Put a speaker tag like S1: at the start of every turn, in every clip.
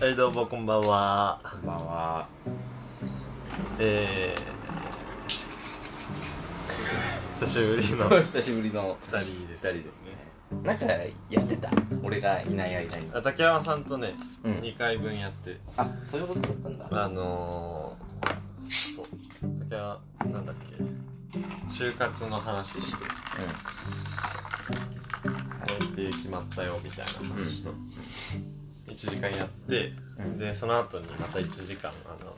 S1: はい、どうも、こんばんは。
S2: こんばんは。
S1: えー、久しぶりの二
S2: 久しぶりの
S1: 人で
S2: 二
S1: す
S2: 人。ですね。なんかやってた俺がいない間に。
S1: あ竹山さんとね、
S2: う
S1: 二
S2: ん。
S1: 回分やって、
S2: あ、そういうことだったんだ。
S1: あのー、そう、竹山、なんだっけ、就活の話して、こうやって決まったよ、みたいな話と、一時間やって、
S2: うん
S1: で、その後にまた一時間、あの、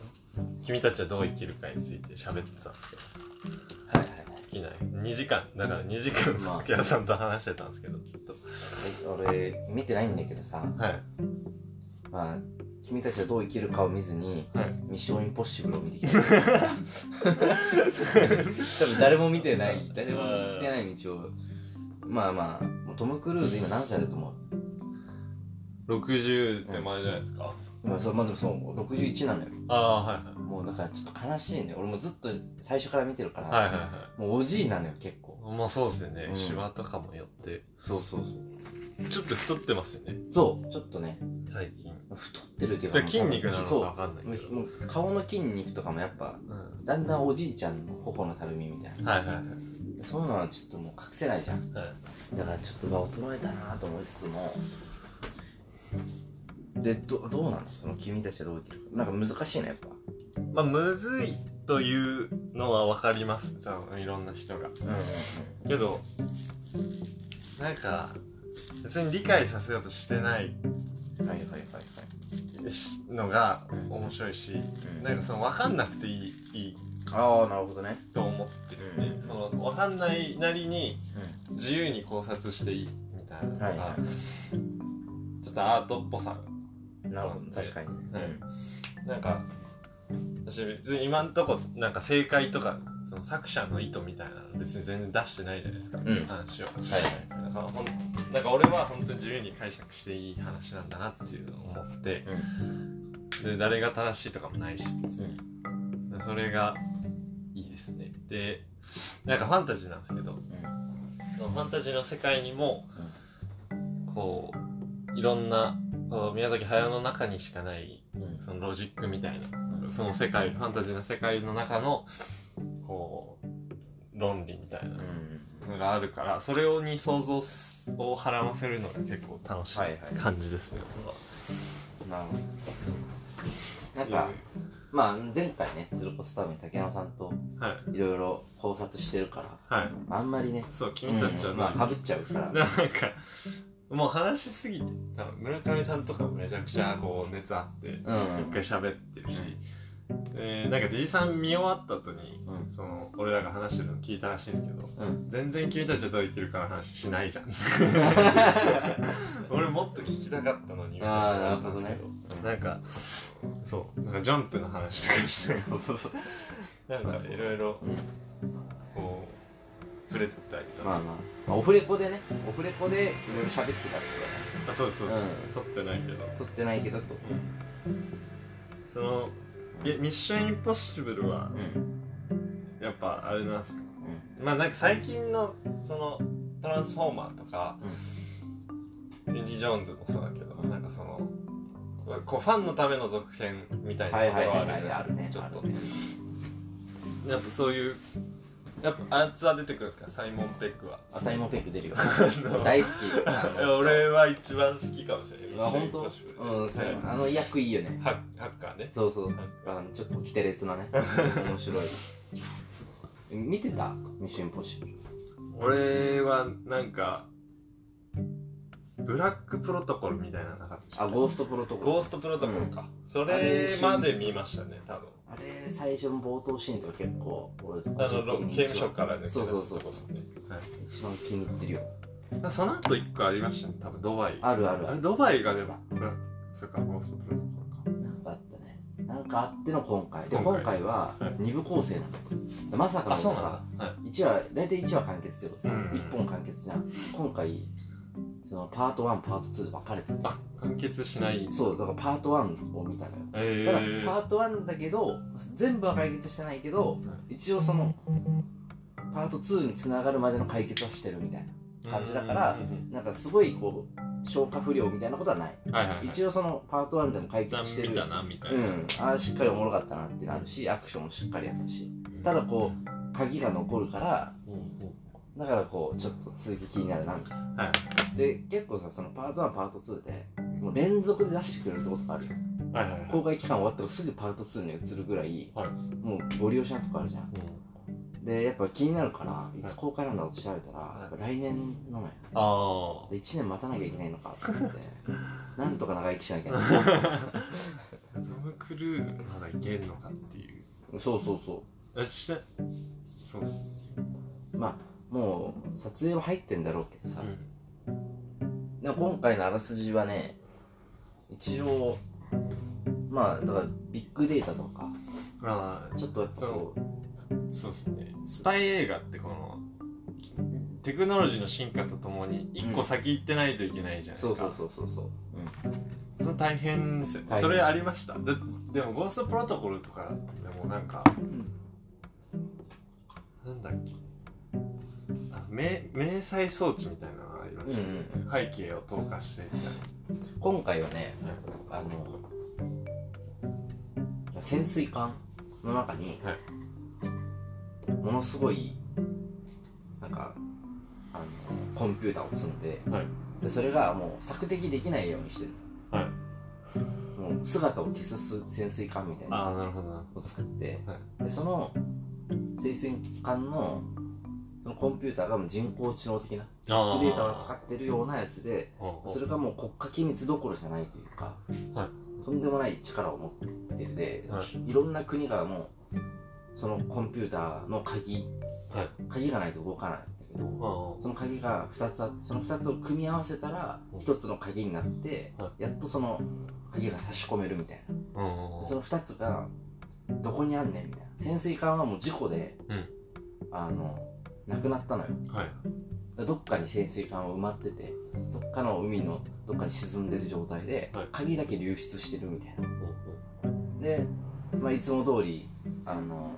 S1: 君たちはどう生きるかについて喋ってたんですけど、
S2: うん。はいはいはい。
S1: 好きな2時間だから2時間
S2: まあ
S1: 竹山さんと話してたんですけどずっと
S2: え俺見てないんだけどさ、
S1: はい
S2: まあ君たちはどう生きるかを見ずに。
S1: はい
S2: ミッションインポッシブルを見てき た多分誰も見てない誰も見てない道をまあまあトム・クルーズ今何歳だと思う
S1: 60手前じゃないですか、
S2: 今そうまあでもそう61なのよ
S1: ああはいはい
S2: もうだからちょっと悲しいね俺もずっと最初から見てるから、
S1: はいはいは
S2: もうおじいなのよ結構
S1: いまあそうですよね、
S2: うん
S1: シワとかも寄って
S2: そうそう
S1: ちょっと太ってますよね
S2: そうそうちょっとね
S1: 最近
S2: 太ってるっていう
S1: だか
S2: から
S1: 筋肉なのか
S2: そう
S1: わかんないけど
S2: もう顔の筋肉とかもやっぱ
S1: うん
S2: だんだんおじいちゃんの頬のたるみみたい
S1: はいはいはい
S2: なそういうのはちょっともう隠せないじゃん
S1: はい
S2: だからちょっとまあ衰えたなと思いつつもでどどうなのその君たちはどう生きるかなんか難しいねやっぱ
S1: まあむずいというのは分かりますじゃあいろんな人が
S2: うんうん
S1: けどなんか別に理解させようとしてない
S2: うんはいはいはいはい
S1: しのが面白いし、
S2: うん
S1: なんかその分かんなくていいいい
S2: ああなるほどね
S1: と思ってるんで、
S2: うん
S1: その分かんないなりに自由に考察していいみたいなの
S2: うん
S1: が、
S2: はいは
S1: ちょっとアートっぽさ
S2: いなるほど確かに
S1: はいなんか私別に今んとこなんか正解とかその作者の意図みたいなの別に全然出してないじゃないですか、
S2: ん
S1: 話を
S2: はい
S1: なんかほんなんか俺は本当に自由に解釈していい話なんだなっていうのを思って、で誰が正しいとかもないし
S2: はい
S1: それがいいですねでなんかファンタジーなんですけどそのファンタジーの世界にもこういろんなこう宮崎駿の中にしかない
S2: うんうん
S1: そのロジックみたいなその世界ファンタジーの世界の中のこう論理みたいな
S2: う
S1: のがあるからそれをに想像すをはらませるのが結構楽し
S2: はいはい
S1: い感じですね、
S2: んなるほどなん
S1: 僕は
S2: かまあ前回ねそれこそ多分竹山さんと
S1: はい
S2: いろいろ考察してるから
S1: はい
S2: あんまりね
S1: そう君たちは
S2: うん
S1: どう
S2: まあかぶっちゃうから
S1: なんかもう話しすぎて多分村上さんとかもめちゃくちゃこう熱あって
S2: うんうん
S1: 一回喋ってるし、でなんか D さん見終わった後に
S2: うん
S1: その俺らが話してるの聞いたらしいんですけど
S2: うん
S1: 全然君たちはどう生きるかの話しない じゃん俺もっと聞きたかったのにみたいなのが
S2: あー
S1: ったんですけ
S2: なるほどね
S1: なんかそうなんかジャンプの話とかしてなんかいろいろ
S2: うん
S1: こう触れてたりとか
S2: まあまあオフレコでねオフレコでいろいろ喋ってたって
S1: あそうですそうです、
S2: うん
S1: 撮ってないけど
S2: 撮ってないけどと
S1: そのいやミッションインポッシブルは
S2: うんうん
S1: やっぱあれなんですかまあなんか最近のそのトランスフォーマーとか、インディ・ジョーンズもそうだけどなんかそのこうファンのための続編みたいな
S2: はい
S1: とこ
S2: はい
S1: ろ
S2: は
S1: はいあ
S2: は
S1: る
S2: い
S1: じゃな
S2: あ
S1: い
S2: る
S1: で
S2: ね
S1: すか、
S2: あ
S1: ちょっ
S2: る
S1: と、
S2: ね
S1: やっぱそういうやっぱあいつは出てくるんですかサイモン・ペックは
S2: アサイモンペッ ク出るよ
S1: の
S2: 大好き あ
S1: いや
S2: の
S1: 俺は一番好きかもしれない
S2: あ本当うんサイモンあの役いいよね
S1: ハッハッカーね
S2: そうそうあのちょっとキテレツな ね面白い見てたミッションインポッシブル
S1: 俺はなんかブラックプロトコルみたいなのなかったでしょ
S2: あゴーストプロトコル
S1: ゴーストプロトコルか、それまで見ましたね多分
S2: あれ最初の冒頭シーンとか結構俺と
S1: あ
S2: か
S1: の刑務所から抜け出す
S2: そうそうそう
S1: とこですね、はい、
S2: 一番気に入ってるよ
S1: だからその後一個ありましたね多分ドバイ
S2: あるあるあ
S1: あ
S2: る
S1: れドバイが出たブラックそれからゴーストプロトコルか
S2: なんかあったねなんかあっての今回で
S1: 今回
S2: 今回は
S1: はい
S2: 2部構成なの、まさかのさ
S1: だはい
S2: 1話大体1話完結ってことさ、
S1: うん
S2: 1本完結じゃん今回そのパート1パート2で分かれてて
S1: あ完結しない
S2: そうだからパート1を見たのよ
S1: え
S2: だから
S1: ー、
S2: パート1だけど全部は解決してないけど一応そのパート2につながるまでの解決はしてるみたいな感じだから
S1: うんうんうん
S2: なんかすごいこ消化不良みたいなことはない、
S1: はいはい、はい、
S2: 一応そのパート1でも解
S1: 一旦
S2: 決し
S1: 見
S2: てる
S1: たなみたいうな、
S2: んああしっかりおもろかったなってなるしアクションもしっかりやったしただこう鍵が残るから
S1: うん、うん
S2: だからこうちょっと続き気になるなんか
S1: うん、はい
S2: で結構さそのパート1パート2でもう連続で出してくれるとことかあるよ
S1: はいはいはい
S2: 公開期間終わってもすぐパート2に移るぐらい、
S1: はい
S2: もうご利用しなとこあるじゃん
S1: うん
S2: でやっぱ気になるからいつ公開なんだろうと調べたら、
S1: い
S2: やっぱ来年なのよ
S1: あ
S2: で1年待たなきゃいけないのか と思ってなんとか長生きしなきゃな
S1: あトム・クルーズまだいけんのかっていう
S2: そうそうそ
S1: あしなそうっす
S2: うまあもう撮影は入ってんだろうけどさ、
S1: うん
S2: でも今回のあらすじはね一応まあだからビッグデータとか
S1: まあ
S2: ちょっとやっぱこう
S1: そうですねスパイ映画ってこのきテクノロジーの進化とともに一個先行ってないといけないじゃないで
S2: そ
S1: す
S2: う
S1: か、
S2: そうそうそうそうう
S1: その大変ですよね
S2: 大変
S1: それありましたででも「ゴーストプロトコル」とかでもなんか
S2: ん
S1: なんだっけあ明明細装置みたいなのがありま
S2: うんう
S1: し
S2: ん
S1: た、
S2: うん
S1: 背景を透過してみたい
S2: 今回はね
S1: な、
S2: あの潜水艦の中に、
S1: はい
S2: ものすごいなんかあのコンピューターを積んで
S1: はい
S2: でそれがもう索敵できないようにしてる
S1: はい
S2: もう姿を消す潜水艦みたいな
S1: ああなるほどな
S2: のを作って、
S1: は
S2: でその潜水艦のそのコンピューターがもう人工知能的な
S1: デー
S2: データを扱ってるようなやつでそ
S1: そ
S2: れ
S1: れ
S2: がもう国家機密どころじゃないというか、
S1: は
S2: とんでもない力を持ってるで、、
S1: はい
S2: ろんな国がもうそのコンピューターの鍵、
S1: はい
S2: 鍵がないと動かないんだけど
S1: あ
S2: その鍵が2つあってその2つを組み合わせたら
S1: うん
S2: 1つの鍵になって、
S1: は
S2: やっとその鍵が差し込めるみたいな
S1: あうんうん
S2: その2つがどこにあんねんみたいな潜水艦はもう事故で、
S1: うん
S2: あのなくなったのよ
S1: はい
S2: どっかに潜水艦は埋まっててどっかの海のどっかに沈んでる状態で、
S1: はい
S2: 鍵だけ流出してるみたいな
S1: うんうん
S2: で、まあ、いつも通りあの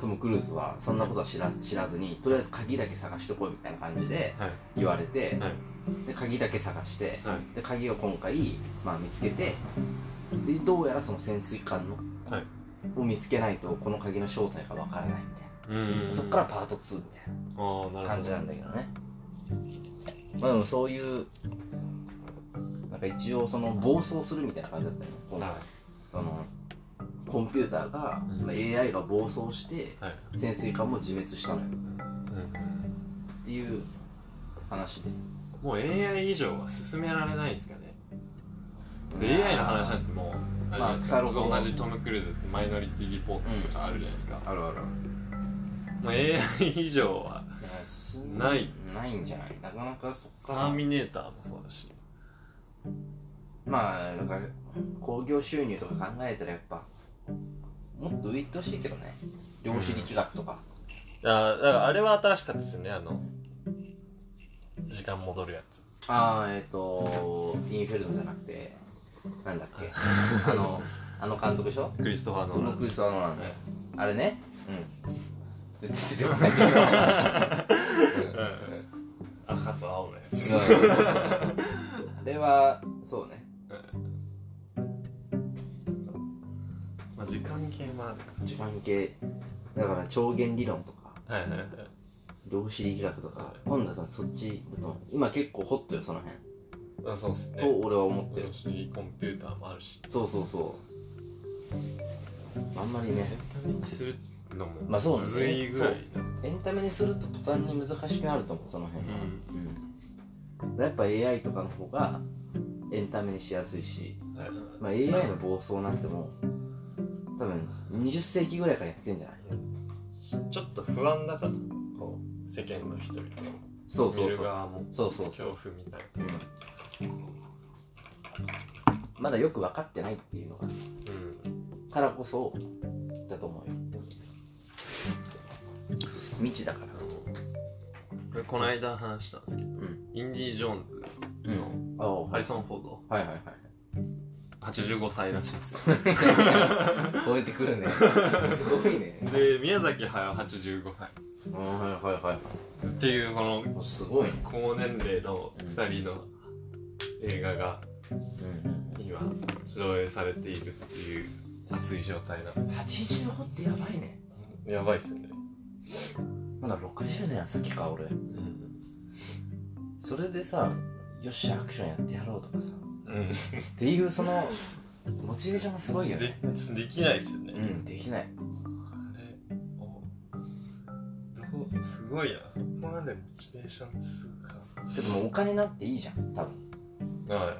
S2: トム・クルーズはそんなことは知らず知らずにとりあえず鍵だけ探してこいみたいな感じで
S1: はい
S2: 言われて、
S1: はい
S2: で鍵だけ探して
S1: はい
S2: で鍵を今回、まあ、見つけてでどうやらその潜水艦の、
S1: はい
S2: を見つけないとこの鍵の正体がわからないみたいな、そっからパート2みたいな。
S1: ああなる
S2: 感
S1: ほ
S2: じ
S1: ど
S2: なんだけどねまあでもそういうなんか一応その暴走するみたいな感じだったよね今回
S1: はい
S2: そのコンピューターが、
S1: うん
S2: まあ AI が暴走して
S1: はい
S2: 潜水艦も自滅したのよ
S1: うんうん
S2: っていう話で
S1: もう AI 以上は進められないですかねで AI の話なんてもうあれじゃないですか、
S2: まあ腐るほど
S1: 同じトム・クルーズってマイノリティリポートとかあるじゃないですか、
S2: あるあるある
S1: もう AI 以上はない
S2: ないんじゃないなかなかそっ
S1: タ
S2: から
S1: ーミネーターもそうだし
S2: まあなんか興行収入とか考えたらやっぱもっと浮いてほしいけどね量子力学とか、
S1: いやだからあれは新しかったですよねあの時間戻るやつ
S2: ああえっ、とインフェルノじゃなくてなんだっ けあのあの監督でしょ
S1: クリストファー・ノ
S2: こ
S1: ーラ
S2: の
S1: ン
S2: クリストファーノーラン
S1: はい
S2: あれねうん絶対出てこないけ ど
S1: 赤と青のやつ
S2: うんあれはそうね
S1: まあ時間系もあるか
S2: 時間系だから超弦理論とか
S1: はいはいはい
S2: 量子力学とか今度は多分そっちだと思う今結構ホットよその辺
S1: あそうっすね
S2: と俺は思ってる
S1: 量子コンピューターもあるし
S2: そうそうそうあんまりね
S1: エンタメにするのも
S2: まあそうね
S1: むずいぐらいだ
S2: エンタメにすると途端に難しくなると思うその辺は、うんやっぱ AI とかの方がエンタメにしやすいし、
S1: はい
S2: まあ、AI の暴走なんてもう多分20世紀ぐらいからやってんじゃない
S1: ちょっと不安だからこう世間の人々
S2: そうそ
S1: 見
S2: う
S1: る
S2: そう
S1: 側も
S2: そうそうそう、
S1: 恐怖みたい
S2: うん、まだよく分かってないっていうのが
S1: なうん
S2: からこそだと思うよ未知だから
S1: あのこの間話したんですけど
S2: うん
S1: インディ・ージョーンズ
S2: うんあ
S1: ハ
S2: はい
S1: リソン・フォード
S2: はいはいはい
S1: 85歳らしいんですよ
S2: 超えてくるねすごいね
S1: で宮崎駿85歳
S2: うんはいはいはい
S1: っていうその
S2: もうすごいね
S1: 高年齢の2人の映画が
S2: うん
S1: 今上映されているっていう熱い状態なん
S2: うん、85ってやばいね
S1: でやばいっすね、
S2: まだ60年は先か俺
S1: うん、
S2: それでさよっしゃアクションやってやろうとかさ
S1: うん
S2: っていうそのモチベーションがすごいよ
S1: で
S2: ね
S1: できないっすよね、
S2: うんできない
S1: あれおどうすごいなそこまでモチベーション続くか
S2: でももうお金なっていいじゃん多分
S1: は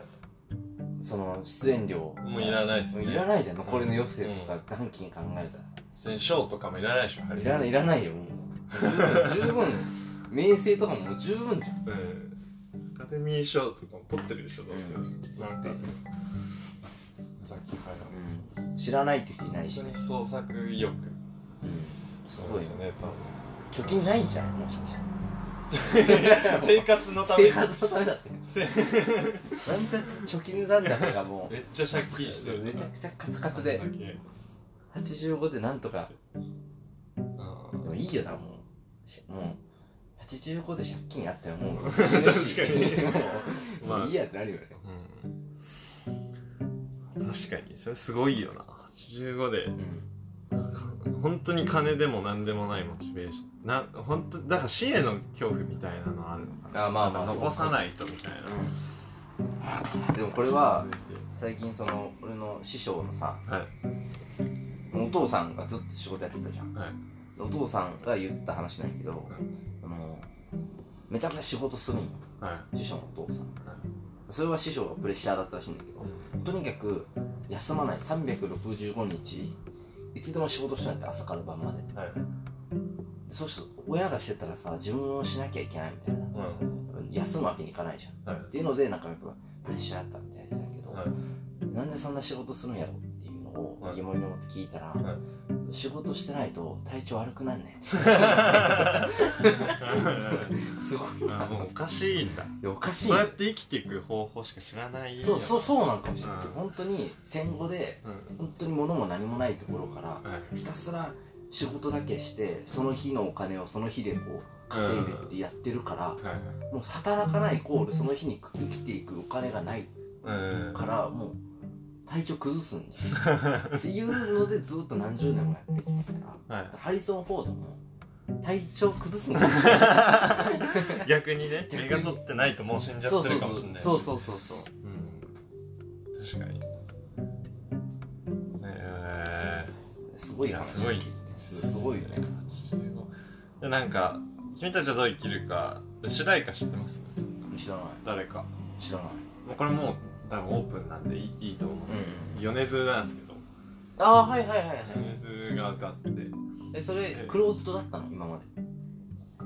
S2: その出演料
S1: いもういらないっす
S2: も
S1: ね
S2: ういらないじゃん残りの余生とか残金考えたらさ
S1: いショーとかもいらないでしょハリ
S2: い
S1: ソン
S2: らないいらないよもう十分 十分名声とかももう十分じゃん
S1: うんアカデミー賞とかも取ってるでしょどうせ、
S2: う
S1: なんか
S2: うん
S1: さっきから本
S2: 知らないって人いないし
S1: 当
S2: ね、
S1: に創作意欲
S2: すごい
S1: です
S2: よ
S1: よ
S2: ね
S1: ね多
S2: 貯金ないんじゃんもしかして
S1: 分 生活のため
S2: 生
S1: に
S2: 活のためだって
S1: せ
S2: 残貯金残高がも
S1: めっちゃ借金して
S2: う
S1: る
S2: めちゃくちゃカツカツで
S1: あんだけ
S2: 85でなんとか
S1: あ
S2: でもいいよなもうしもう85で借金あったら もう
S1: 確かに
S2: もう、
S1: まあ
S2: もういいやってなるよね
S1: ーうん確かにそれすごいよな85で
S2: うん
S1: 本当に金でも何でもないモチベーションな本当だから死への恐怖みたいなのあるのかな
S2: あまあまあ
S1: 残さないとみたいな、
S2: でもこれは
S1: 続い
S2: 最近その俺の師匠のさ
S1: てはい
S2: お父さんがずっと仕事やってたじゃん
S1: はい
S2: お父さんが言った話なんやけど、あのめちゃくちゃ仕事するんよ
S1: はい
S2: 師匠のお父さんそれは師匠がプレッシャーだったらしいんだけどとにかく休まない365日いつでも仕事しないって朝から晩までで
S1: はい
S2: そうすると親がしてたらさ自分をしなきゃいけないみたいな
S1: うん
S2: 休むわけにいかないじゃん
S1: はい
S2: っていうのでなんかやっぱプレッシャーあったみたいだけど、
S1: はい
S2: なんでそんな仕事するんやろっていうのを疑問に思って聞いたら、
S1: は
S2: 仕事してないと体調悪くなんねんすごい
S1: あ
S2: な
S1: もうおかしいんだ
S2: いやおかしい
S1: そうやって生きていく方法しか知らないよ
S2: そうそうそうなんかもしれない、
S1: うん
S2: 本当に戦後で
S1: うん
S2: 本当に物も何もないところから
S1: はい
S2: ひたすら仕事だけしてその日のお金をその日でこう稼いでってやってるから、
S1: はい
S2: もう働かないイコールその日に生きていくお金がない
S1: うん
S2: からもう体調崩すんじゃんっていうのでずっと何十年もやってきてた
S1: は
S2: らハリソン・フォードも体調崩すんだよ
S1: い逆にね
S2: 逆
S1: 目
S2: に
S1: が取ってないともう死んじゃ
S2: そ
S1: っ
S2: う
S1: て
S2: そ
S1: る
S2: う
S1: かもしれないし
S2: そうそうそうそう
S1: うん確かにねえ
S2: すごい話
S1: すごい
S2: すごいよね
S1: 85でなんか「君たちはどう生きるか」主題歌知ってます
S2: 知らない
S1: 誰か
S2: 知らない
S1: もうこれもう多分オープンなんでいいいいと思うんですけ
S2: う
S1: ど、
S2: ん
S1: 米津なんですけど
S2: ああはいはいはいはい
S1: 米津が歌って
S2: えそれ
S1: え
S2: クローズドだったの今まで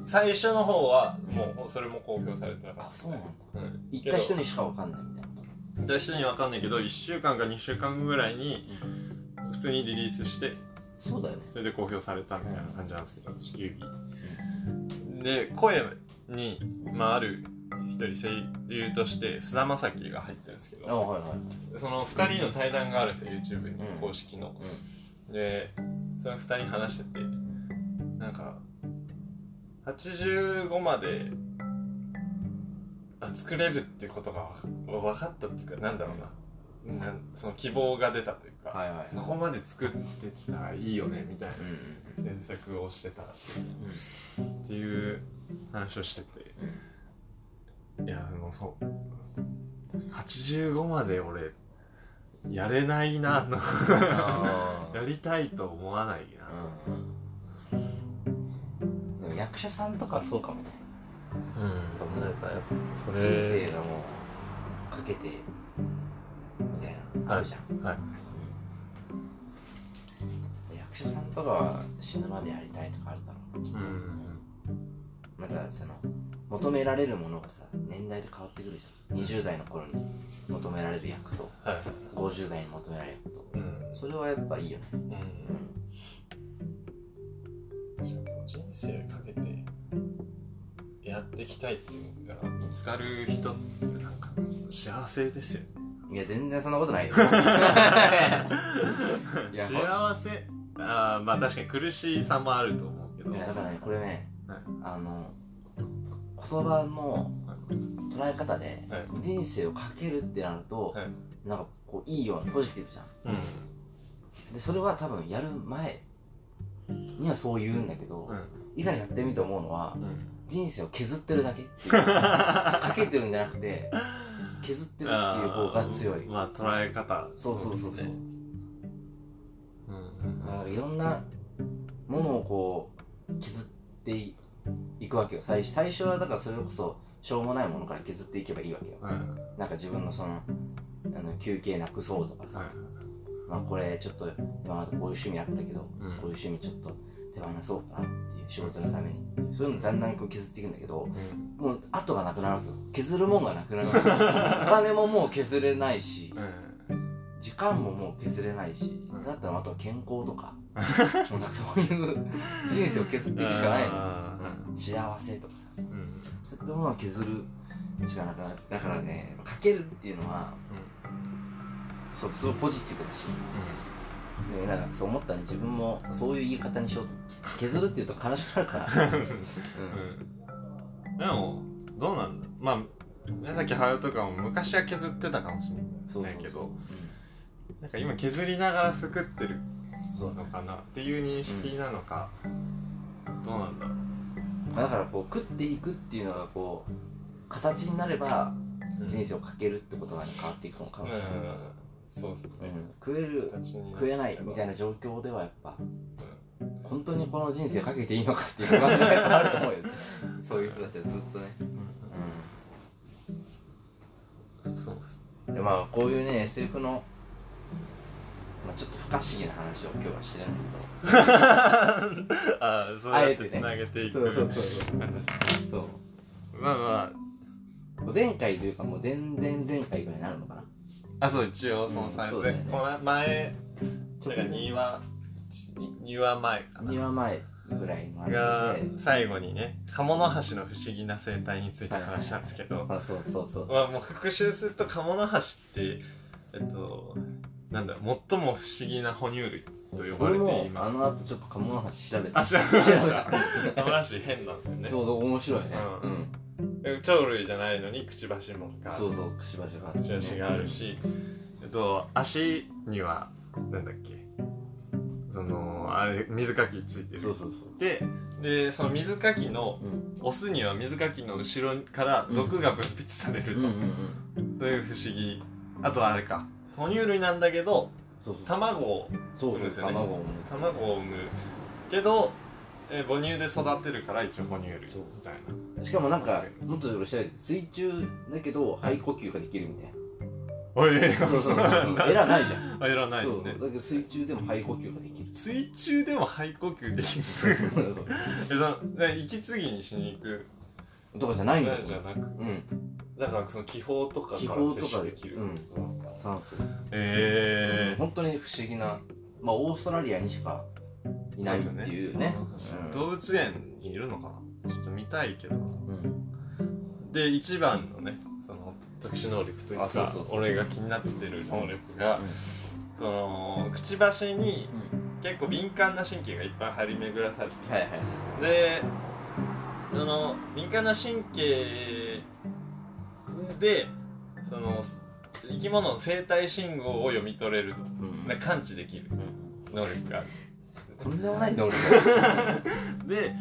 S1: 最初の方はもうそれも公表されてなか
S2: あ
S1: っ
S2: そうなんだ
S1: た、うん、
S2: 行った人
S1: に
S2: にしかわかんないみたいなこと
S1: 行った人には分かんないけど1週間か2週間ぐらいに普通にリリースして
S2: そうだよね
S1: それで公表されたみたいな感じなんですけど地球儀で声に、まあ、ある一人声優として菅田将暉が入ってるんですけ
S2: あ
S1: ど
S2: はいはい
S1: その2人の対談があるんですよ YouTube に
S2: うん
S1: 公式の、でその2人話しててなんか85まであ作れるってことがわ分かったっていうかなんだろうななんその希望が出たというか、
S2: はいはい
S1: そこまで作ってたらいいよねみたいな
S2: うん
S1: 制作をしてたっ
S2: うん
S1: ていう話をしてていやでもそう85まで俺やれないなの
S2: あ
S1: やりたいと思わないな
S2: ーうんでも役者さんとかはそうかもね
S1: うんなんかやっぱそれ
S2: 人生がもうかけてみたいなあるじゃん
S1: はい
S2: 役者さんとかは死ぬまでやりたいとかあるだろう
S1: うん
S2: まだその求められるものがさ年代で変わってくるじゃん20代の頃に求められる役と
S1: はい
S2: 50代に求められる役と
S1: うん
S2: それはやっぱいいよね
S1: うん人生かけてやっていきたいっていうのが見つかる人ってなんか幸せですよね
S2: いや全然そんなこ とないよいやほ
S1: 幸せあーまあ確かに苦しさもあると思うけど
S2: いやだからねこれね、
S1: はい
S2: あの言葉の
S1: はい
S2: 捉え方で
S1: はい
S2: 人生をかけるってなると、
S1: はい
S2: なんかこういいようなポジティブじゃん
S1: うん
S2: でそれは多分やる前にはそう言うんだけど、
S1: うん
S2: いざやってみて思うのは
S1: うん
S2: 人生を削ってるだけ かけてるんじゃなくて削ってるっていう方が強い
S1: あーまあ捉え方
S2: そうそうそうそう
S1: ですねうんうん
S2: なんかいろんなものをこう削っていくわけよ最最初はだからそれこそしょうもないものから削っていけばいいわけよ
S1: うんうん
S2: なんか自分のそのあの休憩なくそうとかさ、
S1: はい
S2: まあ、これちょっと今までこういう趣味あったけど、
S1: うん
S2: こういう趣味ちょっと手放そうかなっていう仕事のためにそういうのだんだんこう削っていくんだけど
S1: うん
S2: もう後がなくなるわけよ削るもんがなくなるわ けよお金ももう削れないし
S1: うん
S2: 時間ももう削れないし、
S1: うん
S2: だったらあとは健康と かもうなんかそういう人生を削っていくしかないの
S1: あー
S2: 幸せとかさ
S1: うんうん
S2: そういったものを削るしかなくなるだからねかけるっていうのはそうすごいポジティブだしでもなんかそう思ったら自分もそういう言い方にしようと削るって言うと悲しくなるから、 うん
S1: うんでもどうなんだまあ宮崎駿とかも昔は削ってたかもしれない
S2: そうそう
S1: だけ
S2: そう、
S1: ど
S2: うん、
S1: なんか今削りながら作ってる
S2: そう
S1: のかなっていう認識なのか、どうなんだろう
S2: まあだからこう食っていくっていうのがこう形になれば人生をかけるってことがね変わっていくのか
S1: う
S2: も
S1: ん
S2: しれない、
S1: そうっすね
S2: うん、食える食えないみたいな状況ではやっぱ本当にこの人生かけていいのかっていう考えがあると思うよ そういう人たちはずっとね、
S1: そうっす
S2: うん、でまあこういうね SF の、まあ、ちょっと不可思議な話を今日はしてるんだ
S1: ああそうやってつなげてい
S2: けど
S1: く感
S2: そうそ
S1: じですね
S2: うそう
S1: まあま
S2: 前回というかもう全然前回ぐらいになるのかな
S1: ああそう一応その
S2: うん
S1: 3
S2: そうだよね
S1: この前
S2: ち
S1: だ
S2: ょっ
S1: から
S2: と
S1: 2話2話前かな
S2: 2話前ぐらいの話で
S1: が最後にね「鴨の橋の不思議な生態」について話したんですけど、
S2: あそうそうそう
S1: まあ、もう復習するとカモノハシってえっとなんだ最も不思議な哺乳類と呼ばれています
S2: 俺もあの後ちょっと鴨の橋調べた
S1: あ知らなかったカモノハシ変なんですよね
S2: そうそう面白いね
S1: うんで鳥類じゃないのにくちばしもが
S2: そうそうくしばしがあって
S1: く
S2: ね
S1: ちばしがあるし、えっと足にはなんだっけそのあれ水かきついて
S2: うん
S1: る
S2: そうそう
S1: ででその水かきの
S2: そううん
S1: オスには水かきの後ろから毒が分泌される
S2: うん
S1: と、
S2: うんうん
S1: という不思議あとはあれか哺乳類なんだけど
S2: そうそう
S1: 卵を
S2: そう
S1: 産むんです
S2: そう
S1: よね
S2: 卵を産む
S1: 卵を産むけど、えー母乳で育てるから一応哺乳類みたいな
S2: しかもなんかずっと俺調べて水中だけど肺呼吸ができるみたい
S1: おい
S2: な そうそうそう
S1: なんだ
S2: エラないじゃん
S1: あいらないで
S2: そ
S1: す
S2: うだ
S1: ね
S2: けど水中でも肺呼吸ができる
S1: 水中でも肺呼吸でき
S2: そうそう
S1: る
S2: そう
S1: えそので息継ぎにしに行く
S2: とかじゃないんだよ
S1: じゃなく
S2: うん
S1: だからその気泡とかか
S2: 気
S1: ら
S2: 泡と
S1: 摂
S2: か
S1: 取
S2: で
S1: できる
S2: うん酸素
S1: えー
S2: 本当に不思議な、まあ、オーストラリアにしかいないっていうね
S1: そうですよね動物園にいるのかなちょっと見たいけど
S2: うんうん
S1: で一番のねその特殊能力という
S2: あそう
S1: か
S2: そうそう
S1: 俺が気になってる能力が、そのくちばしに
S2: うん
S1: 結構敏感な神経がいっぱい張り巡らされて
S2: はいはい
S1: いるでその敏感な神経でその生き物の生体信号を読み取れると
S2: うん
S1: だから感知できる
S2: うん
S1: 能力がある
S2: とんでもない能力
S1: で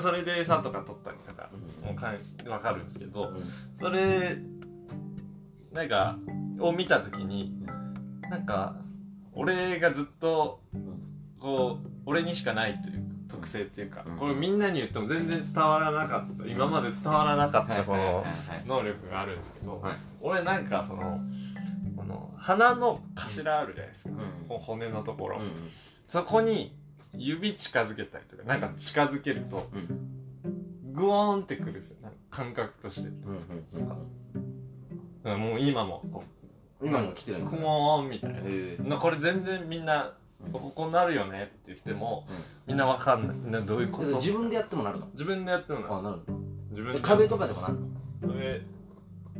S1: それで餌とか取ったりとか
S2: う
S1: もうかん分かるんですけど、
S2: ん
S1: それなんかを見た時になんか俺がずっと
S2: うん
S1: こう俺にしかないというか特性というか、
S2: うん
S1: これみんなに言っても全然伝わらなかった、今まで伝わらなかっ
S2: は
S1: た
S2: いはい
S1: こ
S2: はい
S1: の
S2: はい
S1: 能力があるんですけど、
S2: はい
S1: 俺なんかそのこの鼻の頭あるじゃないですか、
S2: ん
S1: こう骨のところ、
S2: うん
S1: そこに指近づけたりとかなんか近づけると
S2: うんうん
S1: グオーンってくるんですよなんか感覚として、
S2: うんうん
S1: うんもう今もこう
S2: 今も来てるん
S1: ク
S2: だ
S1: モーンみたい
S2: へえ
S1: なこれ全然みんなここなるよねって言っても、
S2: うん
S1: みんなわかんないなどういうこと
S2: 自分でやってもなるの
S1: 自分でやってもない
S2: あなる
S1: 自分
S2: の
S1: で
S2: 壁とかでもなるの
S1: 壁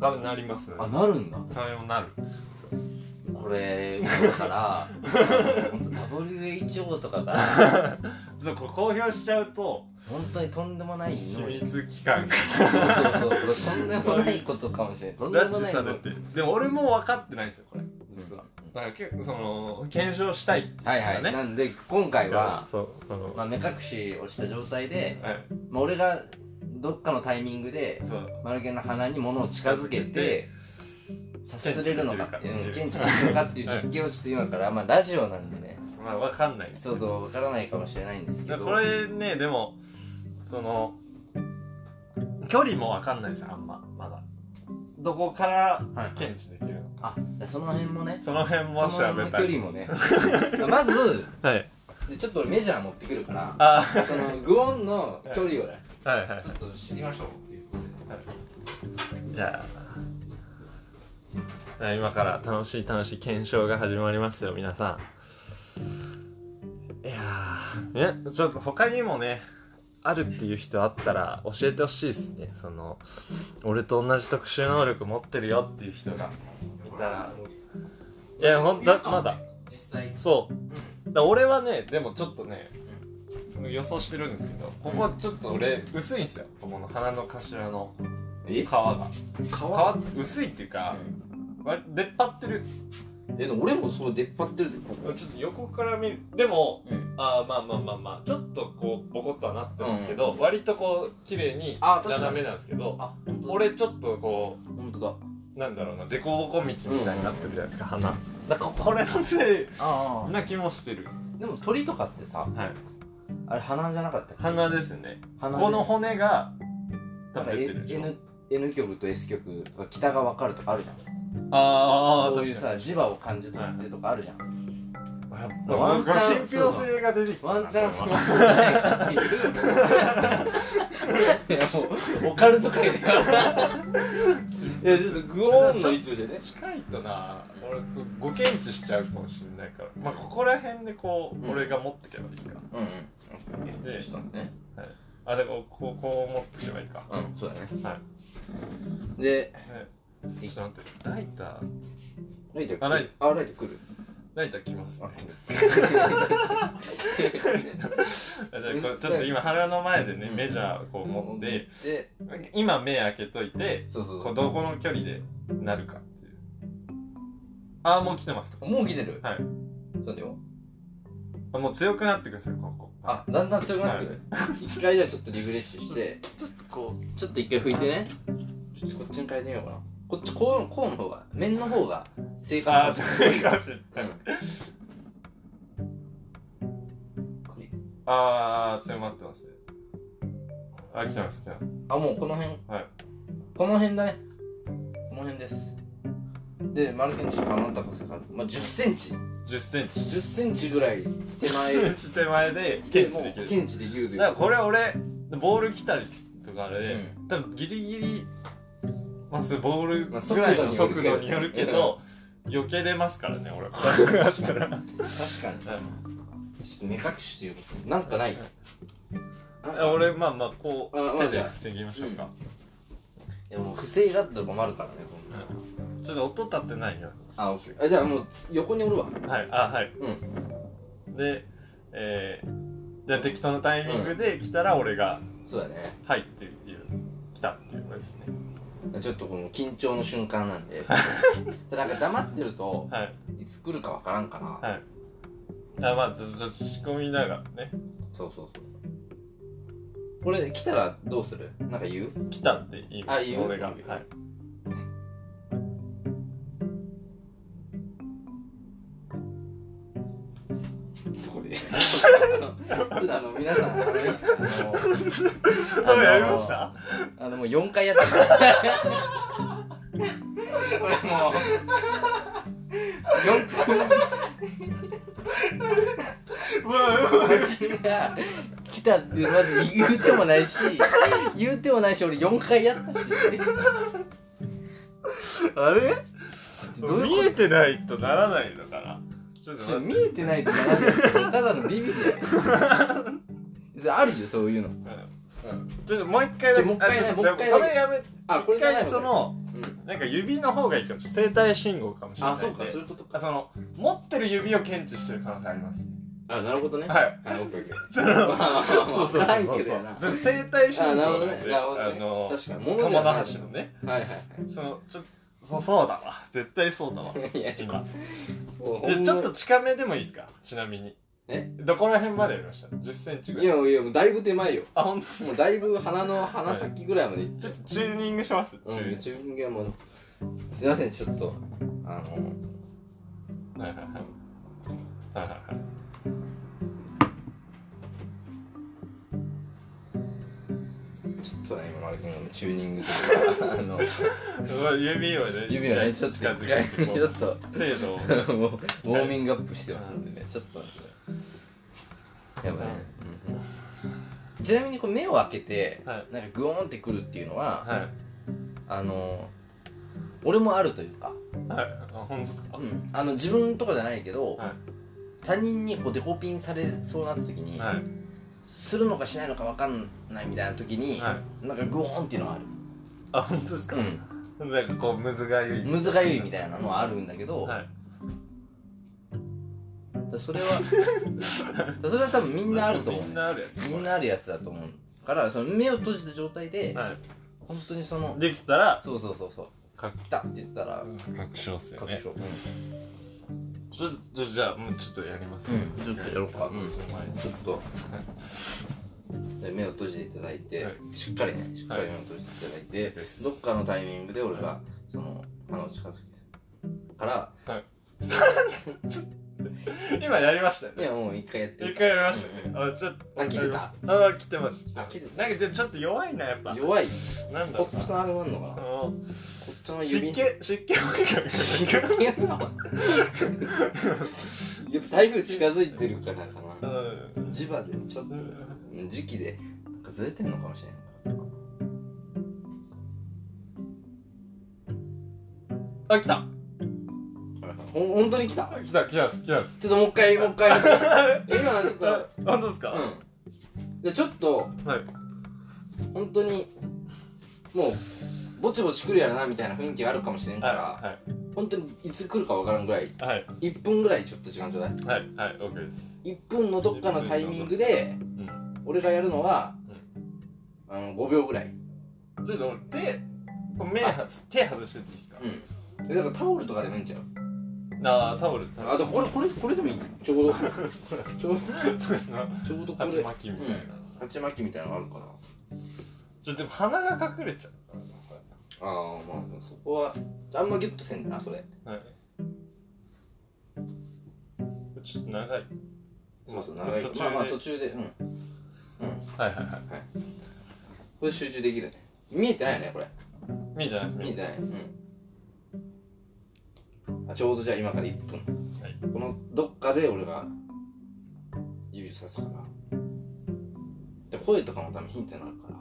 S1: 壁なりますね
S2: あなるんだ
S1: 壁もなる
S2: これだからあのほんと WHO とかが
S1: ずそうこれ公表しちゃうと
S2: 本当にとんでもない
S1: 秘
S2: の
S1: 密機関が
S2: そうそうそうとんでもないことかもしれないとんで
S1: 拉
S2: も
S1: 致
S2: ない
S1: さ
S2: の
S1: れてでも俺も分かってないんですよこれ
S2: うん
S1: 実はだから結構その検証したいっていうか
S2: は
S1: ね
S2: いはい、なんで今回は、
S1: そうその
S2: まあ、目隠しをした状態で、
S1: はい
S2: まあ、俺がどっかのタイミングで
S1: そう
S2: 丸毛の鼻に物を近づけて察すれるのかっていううん検知できるのかっていう実験をちょっと今から、まあ、ラジオなんでね
S1: まあ分かんない
S2: ちょっとわからないかもしれないんですけ
S1: だ
S2: ど
S1: からこれねでもその距離も分かんないですあんままだどこから
S2: はい
S1: 検知できるのか
S2: あその辺もね
S1: その辺
S2: その
S1: も調
S2: 辺
S1: べ
S2: の
S1: た
S2: 距
S1: い
S2: 離もねまず
S1: はい
S2: でちょっと俺メジャー持ってくるから
S1: あ
S2: そのグオンの距離をね
S1: はいはいはい
S2: ちょっと知りましょうっていうことで
S1: じゃあ今から楽しい楽しい検証が始まりますよ皆さんいやーねちょっと他にもねあるっていう人あったら教えてほしいですねその俺と同じ特殊能力持ってるよっていう人がいたらいやほんだまだ
S2: 実際
S1: そう
S2: うん
S1: だから俺はねでもちょっとね、予想してるんですけどここちょっと俺薄いんですよここの鼻の頭の皮
S2: え
S1: が
S2: 変
S1: 皮薄いっていうか、割出っ張ってる
S2: えでも俺もそう出っ張ってるでここ
S1: ちょっと横から見るでも
S2: うん
S1: あーまあまあまあまあちょっとこうボコッとはなってるんですけど、割とこう綺麗に
S2: あー確かに
S1: 斜めなんですけど
S2: あ本当だ
S1: 俺ちょっとこ
S2: 本当だ
S1: うなんだろうな凸凹道みたいになってるじゃないですか、鼻だからこれのせい
S2: あ
S1: な気もしてる、
S2: でも鳥とかってさ
S1: はい、
S2: あれ鼻じゃなかったっけ
S1: 鼻ですね
S2: 鼻で
S1: この骨が多
S2: なんか
S1: 分出てるでしょ
S2: N, N 曲と S 曲とか北が分かるとかあるじゃん
S1: あーあ
S2: そ
S1: ー
S2: ういう
S1: 確か
S2: さ
S1: に
S2: 磁場を感じ取ってとかあるじゃん、
S1: やっぱ
S2: ワンチャン
S1: 信憑性が出てきたな
S2: ワンチャン
S1: こ
S2: そ
S1: れ
S2: の
S1: は
S2: ないかっていういや もうオカルト界でいやちょっとグオンの位置で ね
S1: 近いとな俺ご検知しちゃうかもしれないからまあここら辺でこう、
S2: うん
S1: 俺が持ってけばいいですか
S2: うんうん
S1: で
S2: ちょっと待ってね
S1: あでもこうこう持ってけばいいか、
S2: うんそうだね
S1: は
S2: で
S1: ね、ちょっと待ってライター
S2: ライト
S1: あライト
S2: あライト来る
S1: ライター来ますね
S2: あ来る
S1: あじゃあこれちょっと今腹の前でね、
S2: うん
S1: メジャーこう 持って、
S2: で
S1: 今目開けといて
S2: そうそうそ
S1: こ
S2: う
S1: うどこの距離でなるかっていうああもう来てます
S2: もう来てる
S1: はい
S2: そうだよ
S1: あもう強くなってくるんですよここ
S2: あだんだん強くなってくる一回じゃあちょっとリフレッシュして
S1: ちょっとこう
S2: ちょっと一回拭いてねちょっとこっちに変えてみようかなこっちこうこうの方が面の方が正確
S1: あ
S2: な
S1: あ強 いかもしれない
S2: うん
S1: ああ強まってますねあ来てます来てます
S2: あもうこの辺
S1: はい
S2: この辺だねこの辺ですで丸手の下の高さがある、まあ、1 0ンチ1
S1: 10センチ
S2: 0ンチぐらい手前
S1: 10センチ手前で
S2: で
S1: 検知でき
S2: もう
S1: る
S2: 検知できるという
S1: だからこれ俺ボール来たりとかあれで、
S2: う
S1: 多分ギリギリまあそれボール
S2: まあ
S1: ぐらいの
S2: 速
S1: 速
S2: 度
S1: 度
S2: に
S1: に
S2: よ
S1: よ
S2: る
S1: る
S2: け
S1: け
S2: ど
S1: ど避けれますからね俺は
S2: 確か に確かにちょっと目隠しということでなんかない
S1: あ俺まあまあこ
S2: あ
S1: う
S2: まあ
S1: 手で防ぎましょうか、
S2: でも不正があったら困るからねこんな
S1: ちょっと音立ってないよ
S2: あオッケーあじゃあもう横におるわ
S1: はいあはい
S2: うん
S1: でえー、じゃあ適当なタイミングで来たら俺が
S2: そうだね
S1: 「はい」っていう来たっていうのですね
S2: ちょっとこの緊張の瞬間なん ででなんか黙ってると
S1: はい
S2: いつ来るかわからんから、
S1: はいあまあちょっと仕込みながらね
S2: そうそうそうこれ来たらどうするなんか言う
S1: 来たって言いま
S2: あ
S1: す
S2: 言う
S1: 俺が
S2: 言う
S1: はい
S2: これちょっとあの皆さんあのいいですかあの
S1: あ やりました
S2: あのもう4回やってたこれもう4
S1: うわ
S2: 回が来たってまず言うてもないし言うてもないし俺4回やったし
S1: あれ
S2: どういうこと
S1: 見えてないとならないのかなちょっと
S2: そう
S1: 待っ
S2: 見えてないとならないただのビビりだよ それあるよそういうの
S1: てちょっともう一回だけ
S2: もう一回ね
S1: あちょっと
S2: もう一回だけ
S1: それやめ
S2: あこれ
S1: 一
S2: じゃない
S1: 回その
S2: うん
S1: なんか指の方がいいかもしれない生体信号かもしれない
S2: あ
S1: んで
S2: そうかそういうことか
S1: あその持ってる指を検知してる可能性あります
S2: あ、なるほどね。
S1: はい。
S2: あ、オッケーオッケー。
S1: その
S2: まあまあまあまあ、
S1: そうそうそう
S2: 辛いけど
S1: そ
S2: や
S1: う
S2: な。は
S1: そう生態
S2: あ
S1: 信
S2: なるほ
S1: 号な
S2: どね
S1: んで、
S2: なるほどね
S1: あの、
S2: 確かに物ではない
S1: 鴨田橋のね、
S2: いはい
S1: その、ちょ、そう、そうだわ。絶対そうだわ。
S2: はい。いや、
S1: 今。
S2: ほんま
S1: でちょっと近めでもいいですかちなみに。
S2: え
S1: どこら辺までやりました ?10 センチぐ
S2: い
S1: らい。
S2: やいや、もうだいぶ手前よ。
S1: あ、ほんとっす
S2: も
S1: か
S2: うだいぶ鼻の鼻先ぐらいまで行っ
S1: ち
S2: ちゃ
S1: ょっとチューニングします。チ
S2: う。
S1: ュ
S2: うん、
S1: ーニン
S2: 自分がもう、すいません、ちょっと、あの、
S1: グ。はいはいはい。はいはいはい。
S2: ちょっとね、今、丸君がチューニングとか、あの、
S1: うわ指をね、
S2: 指をね、ちょっと、
S1: 近
S2: ちょっ
S1: づけてこう、
S2: と、
S1: 精度を。
S2: もうウォーミングアップしてますんでね、ちょっと待って。やばいね。うんちなみにこう目を開けて、
S1: はい
S2: なんかグオーンってくるっていうのは、
S1: はい。
S2: あの俺もあるというか、
S1: はい。あ、ほんとっすか
S2: うんあの自分とかじゃないけど、
S1: は
S2: 他人にこうデコピンされそうになった時
S1: い。
S2: に、
S1: はい。
S2: するのかしないのか分かんないみたいな時に、
S1: はい。
S2: なんかグオーンっていうのはある、
S1: あ、ほんとっすかなんかこう、むずがゆい。
S2: うん、むずがゆいみたいなのはあるんだけど、
S1: はい。
S2: だそ れはだそれは多分みんなあると思う
S1: みん
S2: ね
S1: なあるやつ。
S2: みんなあるやつだと思うからその目を閉じた状態で、
S1: は
S2: 本当にその
S1: い。できたら、
S2: そうそうそうそう
S1: か
S2: 来たって言ったら
S1: 確証っすよ
S2: 確
S1: ね。
S2: 証、
S1: ちょ、ちょ、じゃあ、もうちょっとやります。
S2: うんちょっとやろうかうん
S1: その前に
S2: ちょっとで目を閉じていただいて、
S1: はい
S2: しっかりねしっかり目を閉じていただいて、
S1: です
S2: どっかのタイミングで俺がその鼻を近づけから
S1: 今やりましたよ
S2: い
S1: ね。
S2: やもう一回やって
S1: 一
S2: る
S1: 回やりましたね。
S2: うん
S1: あ、ちょっと。
S2: あ切れた
S1: あ、来てます。
S2: あ切れた
S1: なんかでもちょっと弱いな、やっぱ。
S2: 弱い
S1: なんだ
S2: こ
S1: ろう
S2: っち
S1: な。
S2: のあれもあんのかな
S1: あ
S2: こ
S1: の
S2: っちの指
S1: 湿気、湿気多いから。
S2: 湿 気やつかもやっぱ台風近づいてるからか
S1: う
S2: なん 磁場でちょっとうん時期でなんかずれてんのかもしれない
S1: あ、来た。
S2: ほん本当に来た
S1: 来た、来たっす、来たっす。
S2: ちょっともう一回もう一回今のはちょっと
S1: あ、本当ですか
S2: うんでちょっと
S1: はい。
S2: 本当にもうぼちぼち来るやろなみたいな雰囲気があるかもしれんから、
S1: は
S2: 本当にいつ来るかわからんぐらい
S1: い。はい。
S2: 1分ぐらいちょっと時間ちょうだい
S1: はい。はい。はい。OK です。
S2: 1分のどっかのタイミングで
S1: うん。
S2: 俺がやるのは、あの5秒ぐらい
S1: ちょっと俺、手、こう目外し、手外してっていいですか
S2: うんでだからタオルとかでもいいんちゃう
S1: あー、タオル。タオル
S2: あでもこれこれこれでもいい ちょうどちょう
S1: ちょっとな
S2: どちょうどこ
S1: 鉢
S2: れ
S1: 巻きみたいな。
S2: 鉢巻きみたいなのあるから
S1: ちょっとでも鼻が隠れちゃう。
S2: ああまあそこはあんまギュッとせんでなそれ
S1: はい。ちょっと長い。
S2: そうそう長い
S1: 途中で
S2: まあまあ途中でうんう
S1: は
S2: ん
S1: いはいはい。
S2: これ集中できるね見えてないよねこれ
S1: 見えてないです、
S2: 見えてない
S1: で
S2: うんあちょうどじゃあ今から1分、
S1: はい
S2: このどっかで俺が指さすからで声とかも多分ヒントになるから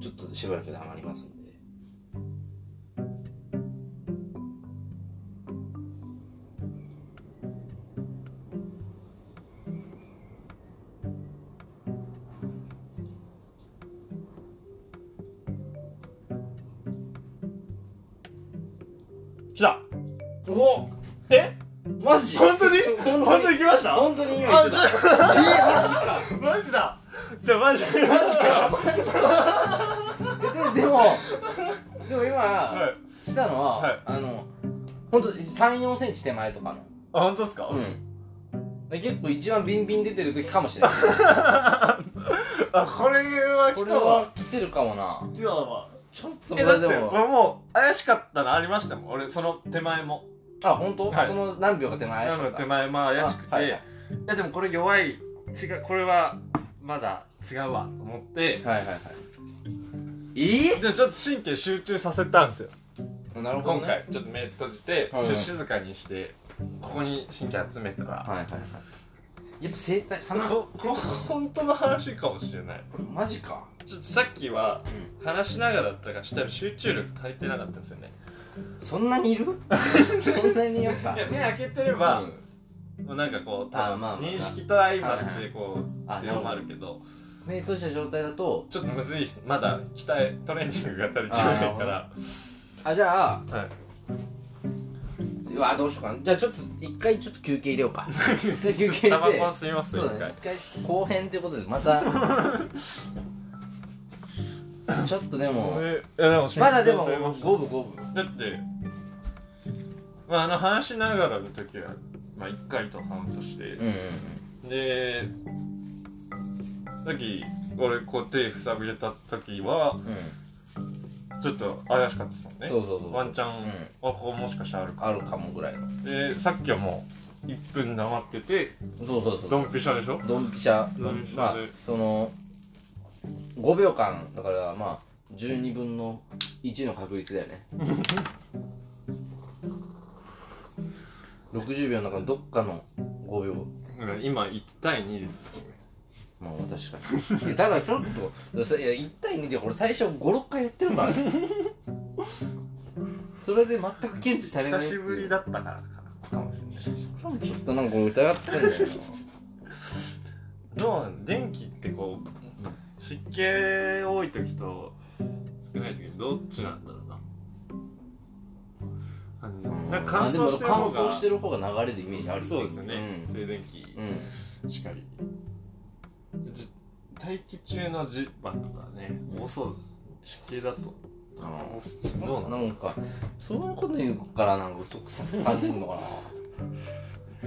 S2: ちょっとしばらくで余りますんで
S1: す。来た
S2: お
S1: え
S2: マジ
S1: 本当に
S2: 本
S1: 本当
S2: 当に
S1: に来ました
S2: 本当に今言って
S1: あ
S2: たえー、マジか
S1: ちょマジだじゃあマジで。マジか
S2: えででもでも今、
S1: はい。
S2: 来たのは、
S1: はい
S2: あの本当三34センチ手前とかの
S1: あ、本当ですか
S2: うんで結構一番ビンビン出てる時かもしれない
S1: あ、これは
S2: こ
S1: 来
S2: れ
S1: たわ。
S2: は来てるかもな
S1: 来たわ。
S2: ちょっとこ
S1: え、
S2: れ
S1: だっ
S2: で
S1: て、こ
S2: も
S1: れもう、怪しかったのありましたもん。俺、その手前も。
S2: あ本当、
S1: はい
S2: その何秒か手前
S1: な
S2: 怪し
S1: ん
S2: か
S1: か
S2: った
S1: 手前、まあ怪しくて。
S2: あはいいはい
S1: や、でもこれ弱い。違う、これは、まだ違うわ。と思って。
S2: はいはいはいえ
S1: でもちょっと神経集中させたんですよ。
S2: ー、なるほど、
S1: 今
S2: ね、
S1: 回、ちょっと目閉じて、ち
S2: はい
S1: ょっと静かにして、ここに神経集めたら。
S2: はいはいはいやっぱ生態鼻
S1: ここ本当の話かもしれない
S2: マジか
S1: ちょっとさっきは
S2: う
S1: 話しながらだったから多分集中力足りてなかったんですよね
S2: そんなに いるそんなにやっぱ
S1: いや 目開けてれば、
S2: うん
S1: もうなんかこう
S2: あ
S1: 多分
S2: まあまあ
S1: 認識と相まっ
S2: はい
S1: てこう
S2: あ
S1: 強まるけど
S2: 目閉じた状態だと
S1: ちょっとむずいっすまだ鍛えトレーニングが足りてないから
S2: あじゃあ
S1: はい
S2: うわどうしようかなじゃあちょっと一回ちょっと休憩入 れようか休憩入れて
S1: タバコ吸います
S2: そ
S1: よ、
S2: う
S1: 一
S2: だね
S1: 回。
S2: 一回後編ということで またちょっとでも
S1: えいやでも
S2: まだでも
S1: 真剣に吸いました
S2: 五分五分
S1: だって、まあ、あの話しながらの時は、まあ、1回とカウントして
S2: う、ん
S1: でさっき俺こう手塞びれた時は
S2: うん
S1: ちょっと怪しかったですもんね
S2: そうそうそう
S1: ワンチャン、
S2: うん
S1: あここもしかしたらあるか
S2: あるかもぐらいの
S1: でさっきはもう1分黙ってて
S2: そうそうそう
S1: ドンピシャでしょ
S2: ドンピシャ
S1: ドンピシャで
S2: まあその5秒間だからまあ12分の1の確率だ よね60秒の中のどっかの5秒
S1: だから今1対2です
S2: まあ確かにいやただちょっとそいや1対2で俺最初56回やってるからねそれで全く検知されない
S1: 久しぶり
S2: だ
S1: だったからかなかもしれない
S2: ちょっとなんか俺疑ってんだよな
S1: どうなん電気ってこう湿気多い時と少ない時どっちなんだろうな感じなんか乾燥してる
S2: あでも
S1: 方
S2: 乾燥
S1: が
S2: してる方が流れるイメージある
S1: そうですよね、静電気
S2: うん、うん
S1: しかりじ大気中の磁場とかね
S2: うん
S1: 多そう湿気だと
S2: あの
S1: 多そうどうなの
S2: なんかそういうこと言うからなんか嘘くさく感じるのか